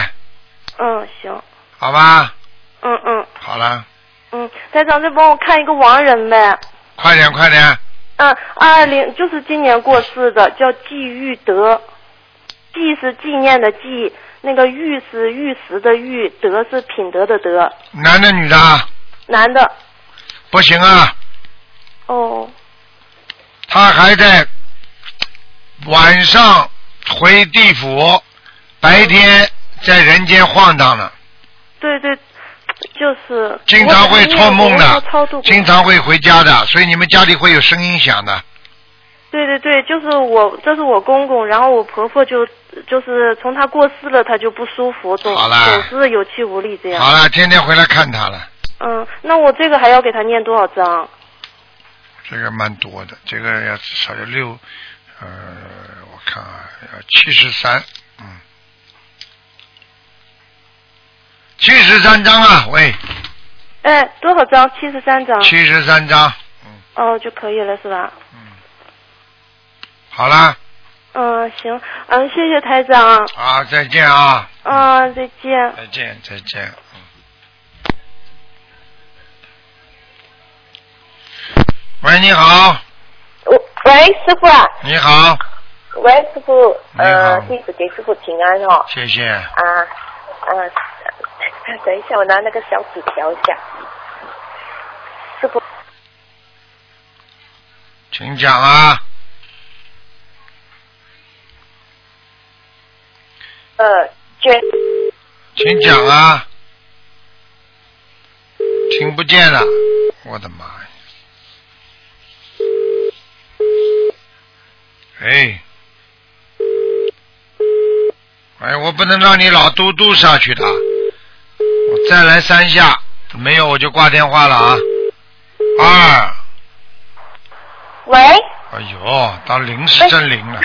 [SPEAKER 9] 嗯，行，
[SPEAKER 1] 好吧？
[SPEAKER 9] 嗯嗯
[SPEAKER 1] 好了，
[SPEAKER 9] 嗯，台长再帮我看一个亡人呗。
[SPEAKER 1] 快点快点，
[SPEAKER 9] 嗯，二二零就是今年过世的，叫季玉德，季是纪念的季，那个玉是玉石的玉，德是品德的德，
[SPEAKER 1] 男的女的啊？
[SPEAKER 9] 男的。
[SPEAKER 1] 不行啊，
[SPEAKER 9] 哦，
[SPEAKER 1] 他还在晚上回地府，白天在人间晃荡呢，
[SPEAKER 9] 对对，就是。
[SPEAKER 1] 经常会做梦
[SPEAKER 9] 我给他念我
[SPEAKER 1] 的
[SPEAKER 9] 给他超度，过
[SPEAKER 1] 经常会回家的，所以你们家里会有声音响的。
[SPEAKER 9] 对对对，就是我，这是我公公，然后我婆婆就就是从她过世了，她就不舒服，总
[SPEAKER 1] 好啦
[SPEAKER 9] 总是有气无力这样。
[SPEAKER 1] 好了，天天回来看他了，
[SPEAKER 9] 嗯，那我这个还要给他念多少章？
[SPEAKER 1] 这个蛮多的，这个要至少要六，呃，我看啊，要七十三，嗯，七十三张啊，喂，
[SPEAKER 9] 哎，多少章？七十三章。
[SPEAKER 1] 七十三张，
[SPEAKER 9] 哦，就可以了是吧？
[SPEAKER 1] 好了，
[SPEAKER 9] 嗯，行，嗯，谢谢台长，
[SPEAKER 1] 啊，再见啊，
[SPEAKER 9] 嗯，再见。
[SPEAKER 1] 再见，再见。嗯喂，你好，
[SPEAKER 10] 喂，师傅啊，
[SPEAKER 1] 你好，
[SPEAKER 10] 喂，师傅，
[SPEAKER 1] 你
[SPEAKER 10] 呃
[SPEAKER 1] 好，
[SPEAKER 10] 弟子给师傅请安哦，
[SPEAKER 1] 谢谢。
[SPEAKER 10] 啊，呃，等一下，我拿那个小纸条一下，师傅，
[SPEAKER 1] 请讲啊，
[SPEAKER 10] 呃，捐，
[SPEAKER 1] 请讲啊，听不见了，我的妈呀！哎，哎，我不能让你老嘟嘟下去的，我再来三下，没有我就挂电话了啊。二，
[SPEAKER 10] 喂，
[SPEAKER 1] 哎呦，到零是真零了，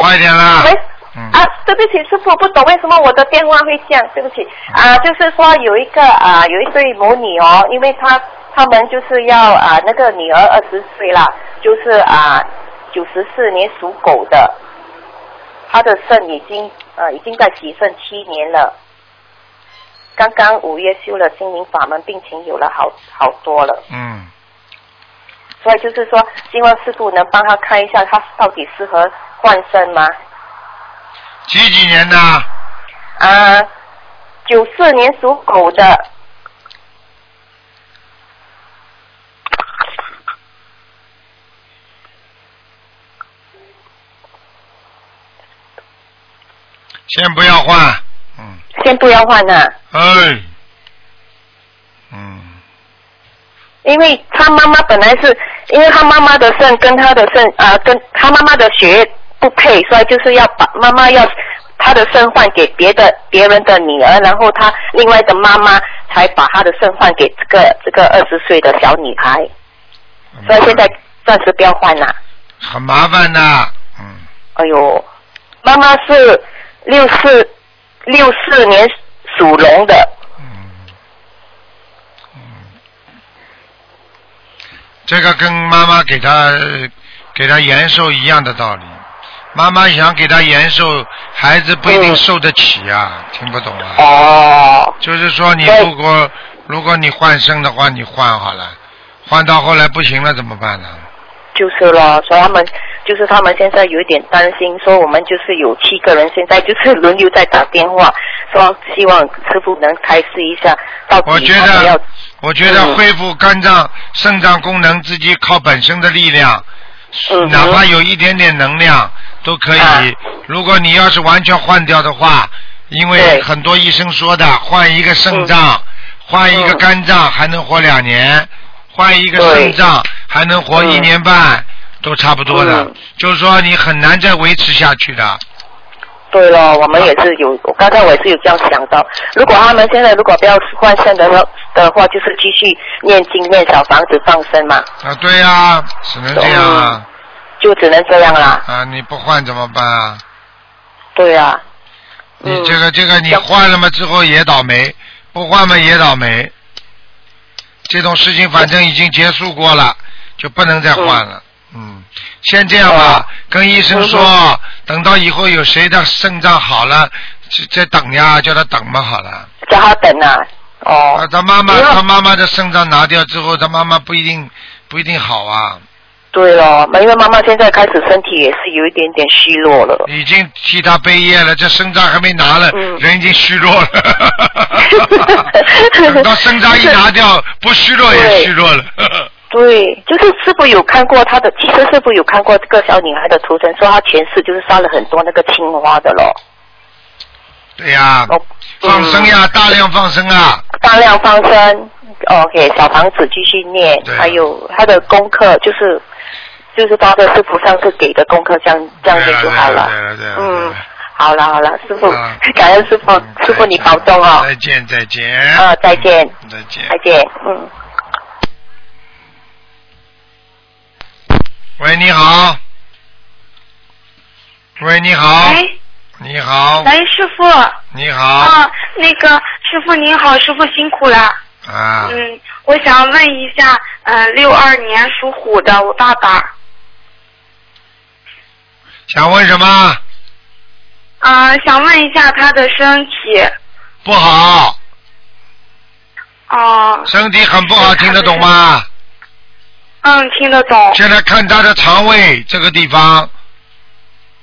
[SPEAKER 1] 快点啦
[SPEAKER 10] 喂，！
[SPEAKER 1] 嗯，
[SPEAKER 10] 啊，对不起，师傅，不懂为什么我的电话会这样，对不起，啊，就是说有一个啊，有一对母女哦，因为她他们就是要啊，那个女儿二十岁啦，就是啊，九十四年属狗的，她的肾已经呃已经在洗肾七年了，刚刚五月修了心灵法门，病情有了好好多了。
[SPEAKER 1] 嗯，
[SPEAKER 10] 所以就是说，希望师傅能帮他看一下，他到底适合换肾吗？
[SPEAKER 1] 几几年的？
[SPEAKER 10] 啊，九四年属狗的，
[SPEAKER 1] 先不要换，
[SPEAKER 10] 先不要换呐、
[SPEAKER 1] 哎，
[SPEAKER 10] 因为他妈妈本来是，因为他妈妈的肾跟他的肾啊、跟他妈妈的血不配，所以就是要把妈妈要他的肾换给别的别人的女儿，然后他另外的妈妈才把他的肾换给这个这个二十岁的小女孩，所以现在暂时不要换啦、
[SPEAKER 1] 很麻烦的。
[SPEAKER 10] 哎呦，妈妈是六四六四年属龙的，
[SPEAKER 1] 这个跟妈妈给他给他延寿一样的道理。妈妈想给他延寿，孩子不一定受得起啊，听不懂啊。
[SPEAKER 10] 哦。
[SPEAKER 1] 就是说，你如果如果你换生的话，你换好了，换到后来不行了怎么办呢？
[SPEAKER 10] 就是咯，所以他们就是他们现在有一点担心，说我们就是有七个人，现在就是轮流在打电话，说希望师傅能开示一下，到
[SPEAKER 1] 我
[SPEAKER 10] 底
[SPEAKER 1] 觉
[SPEAKER 10] 他们要
[SPEAKER 1] 得，我觉得恢复肝脏、肾脏功能，自己靠本身的力量，哪怕有一点点能量都可以。如果你要是完全换掉的话，因为很多医生说的，换一个肾脏，换一个肝脏还能活两年，换一个肾脏还能活一年半，都差不多的。就是说你很难再维持下去的。
[SPEAKER 10] 对了，我们也是有，我刚才我也是有这样想到，如果他们现在如果不要换肾的话的话，就是继续念经念小房子放生嘛，
[SPEAKER 1] 啊，对呀、啊，只能这样啊。
[SPEAKER 10] 就只能这样啦。
[SPEAKER 1] 啊，你不换怎么办啊？
[SPEAKER 10] 对啊，
[SPEAKER 1] 你这个这个你换了嘛之后也倒霉，不换嘛也倒霉。这种事情反正已经结束过了，就不能再换了。嗯，先这样
[SPEAKER 10] 哦
[SPEAKER 1] 吧，跟医
[SPEAKER 10] 嗯
[SPEAKER 1] 生说，等到以后有谁的肾脏好了，再再等呀，叫他等嘛好了。
[SPEAKER 10] 叫他等啊。哦。
[SPEAKER 1] 啊，他妈妈，他妈妈的肾脏拿掉之后，他妈妈不一定不一定好啊。
[SPEAKER 10] 对了，因为妈妈现在开始身体也是有一点点虚弱了。
[SPEAKER 1] 已经替他背业了，这肾脏还没拿呢，
[SPEAKER 10] 嗯
[SPEAKER 1] 人已经虚弱了。等到肾脏一拿掉，不虚弱也虚弱了。呃
[SPEAKER 10] 对，就是师傅有看过她的，其实师傅有看过这个小女孩的图腾，说她前世就是杀了很多那个青蛙的咯，
[SPEAKER 1] 对呀、放生呀，大量放生啊。
[SPEAKER 10] 大量放生。OK，小房子继续念，
[SPEAKER 1] 啊
[SPEAKER 10] 还有她的功课就是就是她的师傅上次给的功课，这样这样念就好了。
[SPEAKER 1] 对了对啊了，
[SPEAKER 10] 嗯，好了好了，师傅，感恩师傅，师傅你保重哦。
[SPEAKER 1] 再见再见。
[SPEAKER 10] 啊，再见，
[SPEAKER 1] 再见。
[SPEAKER 10] 再见，嗯。
[SPEAKER 1] 喂，你好。喂，你好。
[SPEAKER 11] 喂
[SPEAKER 1] 你好。
[SPEAKER 11] 喂，哎师傅。
[SPEAKER 1] 你好。
[SPEAKER 11] 啊，那个师傅您好，师傅辛苦了。
[SPEAKER 1] 啊。
[SPEAKER 11] 嗯，我想问一下，呃，六二年属虎的我爸爸，
[SPEAKER 1] 想问什么？
[SPEAKER 11] 呃，想问一下他的身体，
[SPEAKER 1] 不好，
[SPEAKER 11] 哦、
[SPEAKER 1] 身体很不好，听得懂吗？
[SPEAKER 11] 嗯，听得懂。
[SPEAKER 1] 现在看他的肠胃这个地方，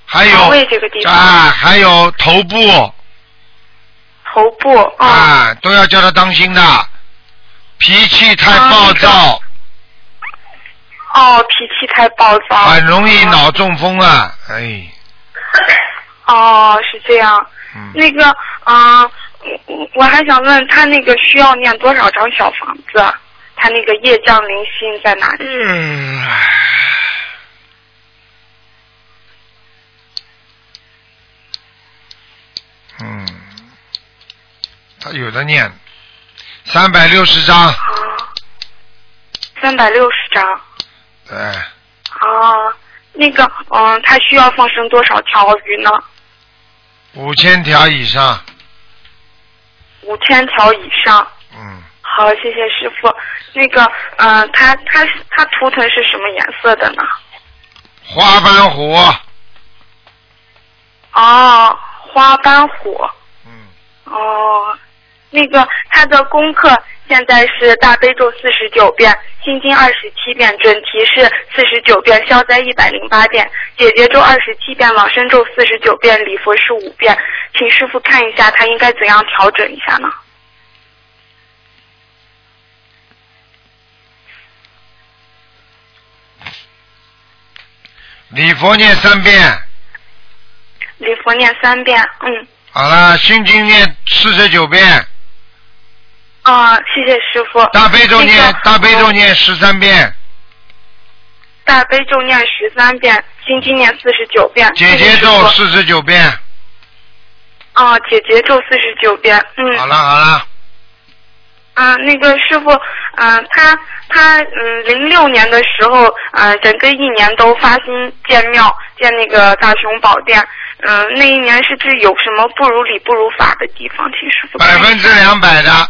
[SPEAKER 1] 还有
[SPEAKER 11] 肠胃这个地方
[SPEAKER 1] 哎啊，还有头部
[SPEAKER 11] 头部，啊、
[SPEAKER 1] 啊，都要叫他当心的，脾气太暴躁，
[SPEAKER 11] 哦，脾气太暴躁。
[SPEAKER 1] 很容易脑中风啊，哎，
[SPEAKER 11] 哦，是这样。
[SPEAKER 1] 嗯
[SPEAKER 11] 那个，啊、我我还想问他那个需要念多少张小房子？他那个业障灵性在哪里？
[SPEAKER 1] 嗯，嗯，他有的念，三百六十张，
[SPEAKER 11] 三百六十张。
[SPEAKER 1] 对，
[SPEAKER 11] 啊，那个，嗯，他需要放生多少条鱼呢？
[SPEAKER 1] 五千条以上，
[SPEAKER 11] 五千条以上。
[SPEAKER 1] 嗯。
[SPEAKER 11] 好，谢谢师傅。那个，嗯、呃，他他他图腾是什么颜色的呢？
[SPEAKER 1] 花斑虎。
[SPEAKER 11] 哦，花斑虎。嗯。哦，那个他的功课现在是大悲咒四十九遍，心经二十七遍，准提是四十九遍，消灾一百零八遍，解结咒二十七遍，往生咒四十九遍，礼佛是五遍。请师傅看一下，他应该怎样调整一下呢？
[SPEAKER 1] 礼佛念三遍，
[SPEAKER 11] 礼佛念三遍，嗯，
[SPEAKER 1] 好了，心经念四十九遍，
[SPEAKER 11] 啊、谢谢师傅。
[SPEAKER 1] 大悲咒念大悲咒念十三遍，
[SPEAKER 11] 哦大悲咒念十三遍，心经念四十九遍，
[SPEAKER 1] 姐姐咒四十九遍。
[SPEAKER 11] 啊、解结咒四十九遍，嗯。
[SPEAKER 1] 好了好了，
[SPEAKER 11] 啊，那个师傅，嗯、他他嗯，零六年的时候，嗯、整个一年都发心建庙，建那个大雄宝殿。嗯、那一年是不是有什么不如理不如法的地方？请师傅看
[SPEAKER 1] 百
[SPEAKER 11] 一下。
[SPEAKER 1] 分之两百的，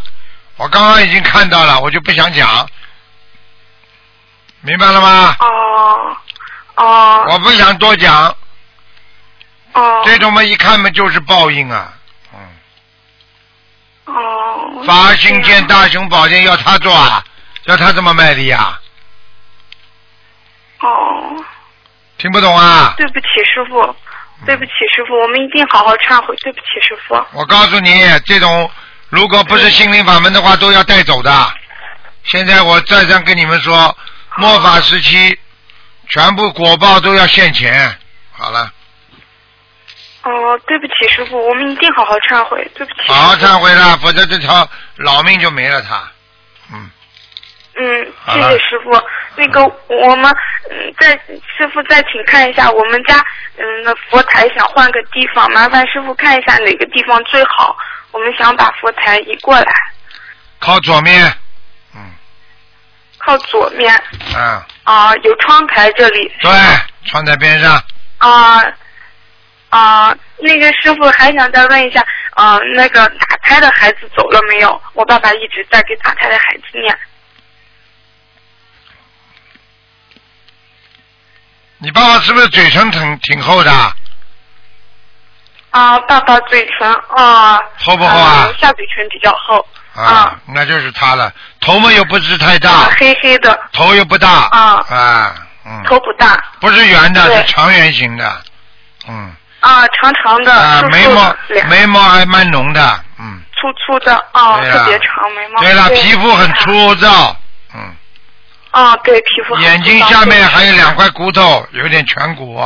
[SPEAKER 1] 我刚刚已经看到了，我就不想讲，明白了吗？
[SPEAKER 11] 哦哦
[SPEAKER 1] 我不想多讲，
[SPEAKER 11] 哦
[SPEAKER 1] 这种嘛一看嘛就是报应啊！
[SPEAKER 11] 哦。
[SPEAKER 1] 发心建大雄宝殿要他做啊，要他这么卖力啊？
[SPEAKER 11] 哦，
[SPEAKER 1] 听不懂啊？嗯
[SPEAKER 11] 对不起师傅，对不起师傅，我们一定好好忏悔。对不起师傅。
[SPEAKER 1] 我告诉你，这种如果不是心灵法门的话，都要带走的。现在我再三跟你们说，末法时期，全部果报都要现钱。好了，
[SPEAKER 11] 哦，对不起师傅，我们一定好好忏悔。对不起。
[SPEAKER 1] 好好忏悔了，否则这条老命就没了他。
[SPEAKER 11] 嗯，
[SPEAKER 1] 好
[SPEAKER 11] 谢
[SPEAKER 1] 了
[SPEAKER 11] 谢师傅。那个我们，嗯，再师傅再请看一下我们家，嗯，的佛台想换个地方，麻烦师傅看一下哪个地方最好。我们想把佛台移过来，
[SPEAKER 1] 靠左面，
[SPEAKER 11] 靠左面
[SPEAKER 1] 嗯，
[SPEAKER 11] 啊、有窗台这里
[SPEAKER 1] 对，窗台边上，
[SPEAKER 11] 啊啊、那个师傅还想再问一下，啊、那个打胎的孩子走了没有？我爸爸一直在给打胎的孩子念。
[SPEAKER 1] 你爸爸是不是嘴唇挺挺厚的？
[SPEAKER 11] 啊、爸爸嘴唇啊，
[SPEAKER 1] 厚不厚啊
[SPEAKER 11] 呃下嘴唇比较厚，
[SPEAKER 1] 啊，那就是他了。头嘛又不是太大，
[SPEAKER 11] 黑黑的，
[SPEAKER 1] 头又不大，
[SPEAKER 11] 啊
[SPEAKER 1] 啊，嗯，
[SPEAKER 11] 头不大，
[SPEAKER 1] 不是圆的，
[SPEAKER 11] 对
[SPEAKER 1] 是长圆形的，嗯，
[SPEAKER 11] 啊，长长的，
[SPEAKER 1] 啊，
[SPEAKER 11] 瘦
[SPEAKER 1] 眉
[SPEAKER 11] 瘦的
[SPEAKER 1] 毛
[SPEAKER 11] 脸
[SPEAKER 1] 眉毛还蛮浓的，嗯，
[SPEAKER 11] 粗粗的，啊，
[SPEAKER 1] 对
[SPEAKER 11] 特
[SPEAKER 1] 了
[SPEAKER 11] 别长眉毛。
[SPEAKER 1] 对了，皮肤很粗糙，
[SPEAKER 11] 啊，对，皮肤很粗
[SPEAKER 1] 眼睛
[SPEAKER 11] 糙
[SPEAKER 1] 下面
[SPEAKER 11] 对
[SPEAKER 1] 还有两块骨头，有点颧骨，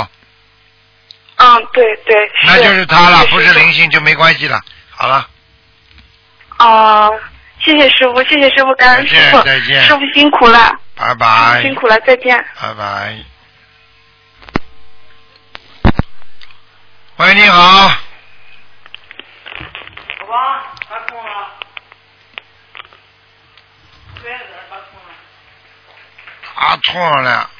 [SPEAKER 11] 嗯，对对，
[SPEAKER 1] 那就是他了，不是
[SPEAKER 11] 的
[SPEAKER 1] 灵性就没关系了。好了，
[SPEAKER 11] 嗯啊，谢谢师傅，谢谢师傅，感恩
[SPEAKER 1] 再
[SPEAKER 11] 师
[SPEAKER 1] 见
[SPEAKER 11] 傅，
[SPEAKER 1] 再见哎
[SPEAKER 11] 师傅辛苦了，
[SPEAKER 1] 拜拜，
[SPEAKER 11] 辛苦了，再见。
[SPEAKER 1] 拜拜。喂，你好，
[SPEAKER 12] 好吧，还空了。
[SPEAKER 1] 啊，错了，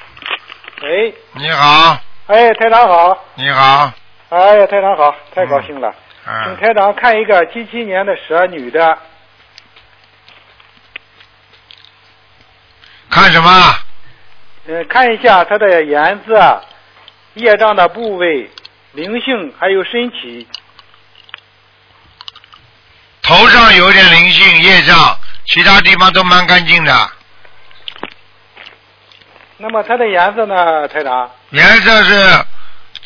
[SPEAKER 13] 喂，
[SPEAKER 1] 你好，
[SPEAKER 13] 哎，台长好，
[SPEAKER 1] 你好，
[SPEAKER 13] 哎呀，台长好，太高兴了，请
[SPEAKER 1] 嗯，
[SPEAKER 13] 台长看一个七七年的蛇女的，
[SPEAKER 1] 看什么？
[SPEAKER 13] 呃，看一下她的颜色、业障的部位、灵性还有身体，
[SPEAKER 1] 头上有点灵性业障，其他地方都蛮干净的。
[SPEAKER 13] 那么她的颜色呢，台长
[SPEAKER 1] 颜色是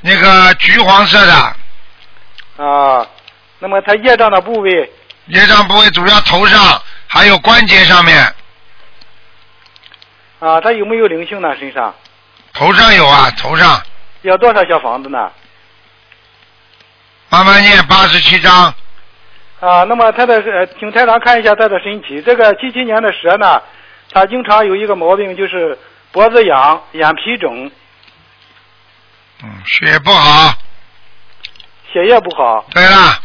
[SPEAKER 1] 那个橘黄色的，
[SPEAKER 13] 啊，那么她业障的部位
[SPEAKER 1] 业障部位主要头上还有关节上面，
[SPEAKER 13] 啊，她有没有灵性呢？身上
[SPEAKER 1] 头上有啊，头上
[SPEAKER 13] 要多少小房子呢？
[SPEAKER 1] 慢慢念八十七章，
[SPEAKER 13] 啊，那么他的呃，请台长看一下他的身体。这个七七年的蛇呢，他经常有一个毛病，就是脖子痒、眼皮肿、
[SPEAKER 1] 嗯，血不好。
[SPEAKER 13] 血液不好。
[SPEAKER 1] 对了，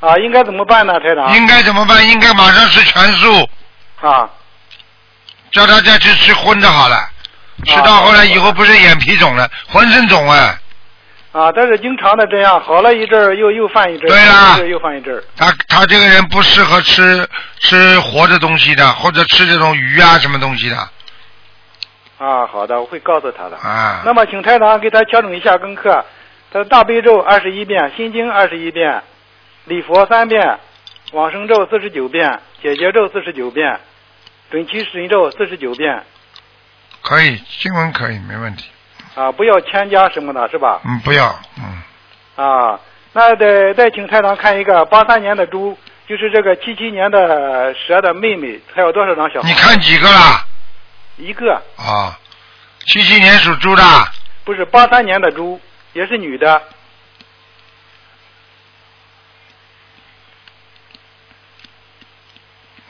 [SPEAKER 13] 啊，应该怎么办呢，台长？
[SPEAKER 1] 应该怎么办？应该马上吃全素，
[SPEAKER 13] 啊，
[SPEAKER 1] 叫他再去吃荤的好了。吃到后来以后不是眼皮肿了，浑身肿啊。
[SPEAKER 13] 啊，但是经常的这样，好了一阵儿又又犯一阵儿，
[SPEAKER 1] 对啦
[SPEAKER 13] 好一阵儿又犯一阵儿。
[SPEAKER 1] 他他这个人不适合吃吃活的东西的，或者吃这种鱼啊什么东西的
[SPEAKER 13] 啊，好的，我会告诉他的。
[SPEAKER 1] 啊。
[SPEAKER 13] 那么，请台长给他调整一下功课，他的大悲咒二十一遍，心经二十一遍，礼佛三遍，往生咒四十九遍，解结咒四十九遍，准提神咒四十九遍
[SPEAKER 1] 可以，经文可以，没问题。
[SPEAKER 13] 啊，不要添加什么的，是吧？
[SPEAKER 1] 嗯，不要，嗯，
[SPEAKER 13] 啊，那得再请太长看一个八三年的猪，就是这个七七年的蛇的妹妹，还有多少张小？
[SPEAKER 1] 你看几个啦？
[SPEAKER 13] 一个，
[SPEAKER 1] 啊，七七年属猪的，
[SPEAKER 13] 不是八三年的猪，也是女的，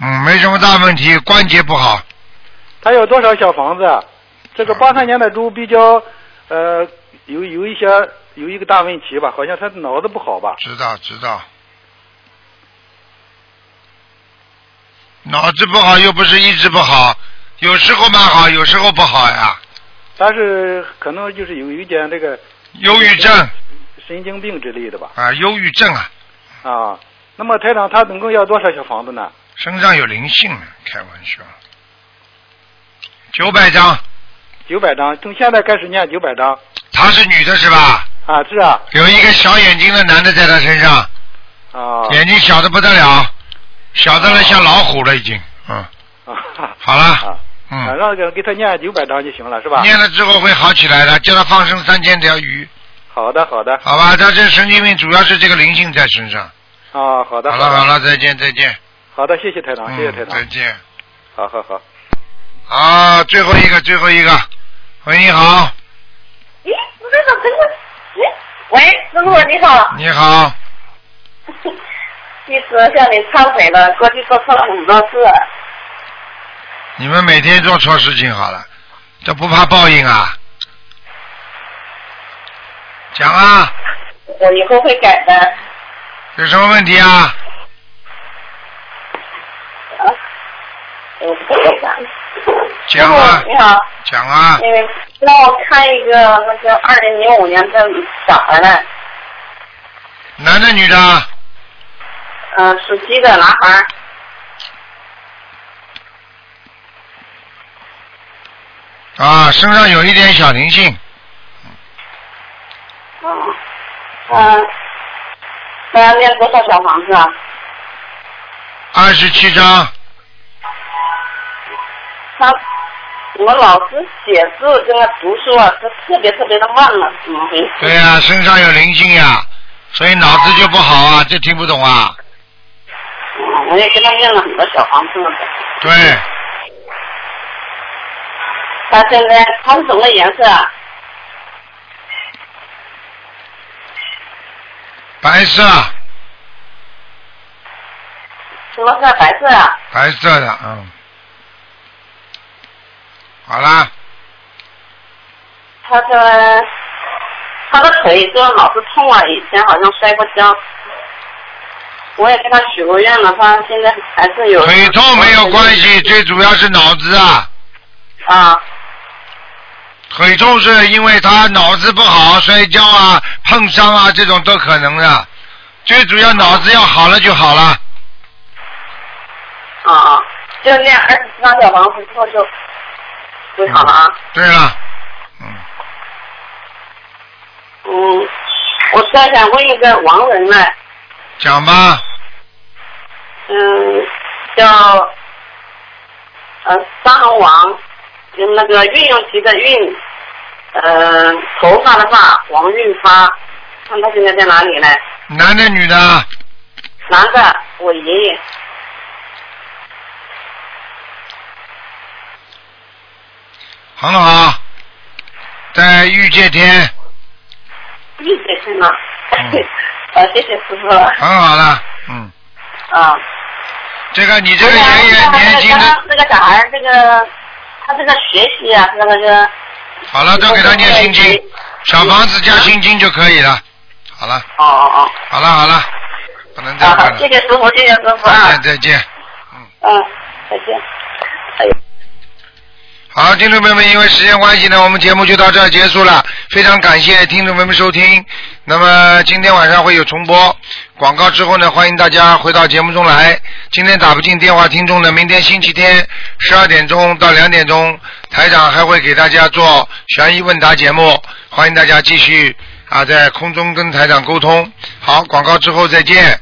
[SPEAKER 1] 嗯，没什么大问题，关节不好，
[SPEAKER 13] 她有多少小房子？啊这个八三年的猪比较，呃，有有一些有一个大问题吧，好像她脑子不好吧？
[SPEAKER 1] 知道知道。脑子不好又不是一直不好，有时候蛮好，有时候不好呀。
[SPEAKER 13] 但是可能就是有有一点这个
[SPEAKER 1] 忧郁症
[SPEAKER 13] 神经病之类的吧。
[SPEAKER 1] 啊，忧郁症啊，
[SPEAKER 13] 啊，那么台长他总共要多少小房子呢？
[SPEAKER 1] 身上有灵性呢，开玩笑。九百张，
[SPEAKER 13] 九百张，从现在开始念九百张。
[SPEAKER 1] 她是女的是吧？
[SPEAKER 13] 啊，是啊。
[SPEAKER 1] 有一个小眼睛的男的在她身上，
[SPEAKER 13] 啊。
[SPEAKER 1] 眼睛小的不得了，小的了像老虎了已经，嗯，
[SPEAKER 13] 啊，
[SPEAKER 1] 好了，
[SPEAKER 13] 啊
[SPEAKER 1] 嗯，
[SPEAKER 13] 让给给他念九百张就行了，是吧？
[SPEAKER 1] 念了之后会好起来的，叫她放生三千条鱼，
[SPEAKER 13] 好的，好的。
[SPEAKER 1] 好吧？她这神经病主要是这个灵性在身上。
[SPEAKER 13] 啊，好的。
[SPEAKER 1] 好了好了，再见再见，
[SPEAKER 13] 好的，谢谢台长，谢谢
[SPEAKER 1] 嗯
[SPEAKER 13] 台，长。
[SPEAKER 1] 再见。
[SPEAKER 13] 好好好。
[SPEAKER 1] 好，啊最后一个最后一个，喂你好，
[SPEAKER 3] 咦，不是怎么着？咦，喂，师傅你好，
[SPEAKER 1] 你好，
[SPEAKER 3] 弟子向你忏悔了，过去做错了很多事。
[SPEAKER 1] 你们每天做错事情好了，这不怕报应啊？讲啊。
[SPEAKER 3] 我以后会改的。
[SPEAKER 1] 有什么问题啊？
[SPEAKER 3] 我不会改的。
[SPEAKER 1] 讲啊
[SPEAKER 3] 师傅，你好，
[SPEAKER 1] 讲啊，
[SPEAKER 3] 嗯，让我看一个那个二零零五年的小孩呢，
[SPEAKER 1] 男的女的？
[SPEAKER 3] 嗯、呃，属鸡的男孩儿，
[SPEAKER 1] 啊，身上有一点小灵性，
[SPEAKER 3] 嗯、他要念多少小房子啊？
[SPEAKER 1] 二十七张，
[SPEAKER 3] 他，我老师写字跟他读书啊，他特别特别的慢了，怎么回事？
[SPEAKER 1] 对呀、身上有灵性呀、所以脑子就不好啊，这听不懂啊，
[SPEAKER 3] 哎我也跟他念了很多小房子了。
[SPEAKER 1] 对，
[SPEAKER 3] 他现在他是什么颜色啊？
[SPEAKER 1] 白色，
[SPEAKER 3] 什么色？白色啊？
[SPEAKER 1] 白色的，嗯，好啦，
[SPEAKER 3] 他的他的腿就老是痛啊，以前好像摔过跤。我也跟他许过愿了，他现在还是有
[SPEAKER 1] 腿痛没有关系，最主要是脑子啊，
[SPEAKER 3] 啊。
[SPEAKER 1] 腿痛是因为他脑子不好，摔跤啊、碰伤啊这种都可能的，最主要脑子要好了就好了。
[SPEAKER 3] 啊啊，就那二十七张小房子之后就就好了啊。
[SPEAKER 1] 对了，
[SPEAKER 3] 嗯，我再想问一个亡人呢，
[SPEAKER 1] 讲吧。
[SPEAKER 3] 嗯，叫呃三横王，就那个运用题的运，呃头发的发，王运发，看他现在在哪里呢？
[SPEAKER 1] 男的女的，
[SPEAKER 3] 男的，我爷爷。
[SPEAKER 1] 很好，在御界天，
[SPEAKER 3] 玉姐是吗？
[SPEAKER 1] 嗯
[SPEAKER 3] 呃，谢谢师傅了
[SPEAKER 1] 很好了。嗯，
[SPEAKER 3] 啊。
[SPEAKER 1] 这个你这个爷爷哎年轻
[SPEAKER 3] 刚
[SPEAKER 1] 的，
[SPEAKER 3] 刚那个小孩儿，这个他这个学习啊，那个
[SPEAKER 1] 好了，都给他念心经，小房子加心经就可以了。好了。
[SPEAKER 3] 哦哦哦。
[SPEAKER 1] 好了好了，不能再
[SPEAKER 3] 啊
[SPEAKER 1] 问，了
[SPEAKER 3] 谢。谢师傅，谢谢师傅
[SPEAKER 1] 再
[SPEAKER 3] 啊，
[SPEAKER 1] 见再见。
[SPEAKER 3] 嗯，再见。
[SPEAKER 1] 好，听众朋友们，因为时间关系呢，我们节目就到这儿结束了。非常感谢听众朋友们收听。那么今天晚上会有重播广告之后呢，欢迎大家回到节目中来。今天打不进电话听众呢，明天星期天十二点钟到两点钟，台长还会给大家做悬疑问答节目，欢迎大家继续啊在空中跟台长沟通。好，广告之后再见。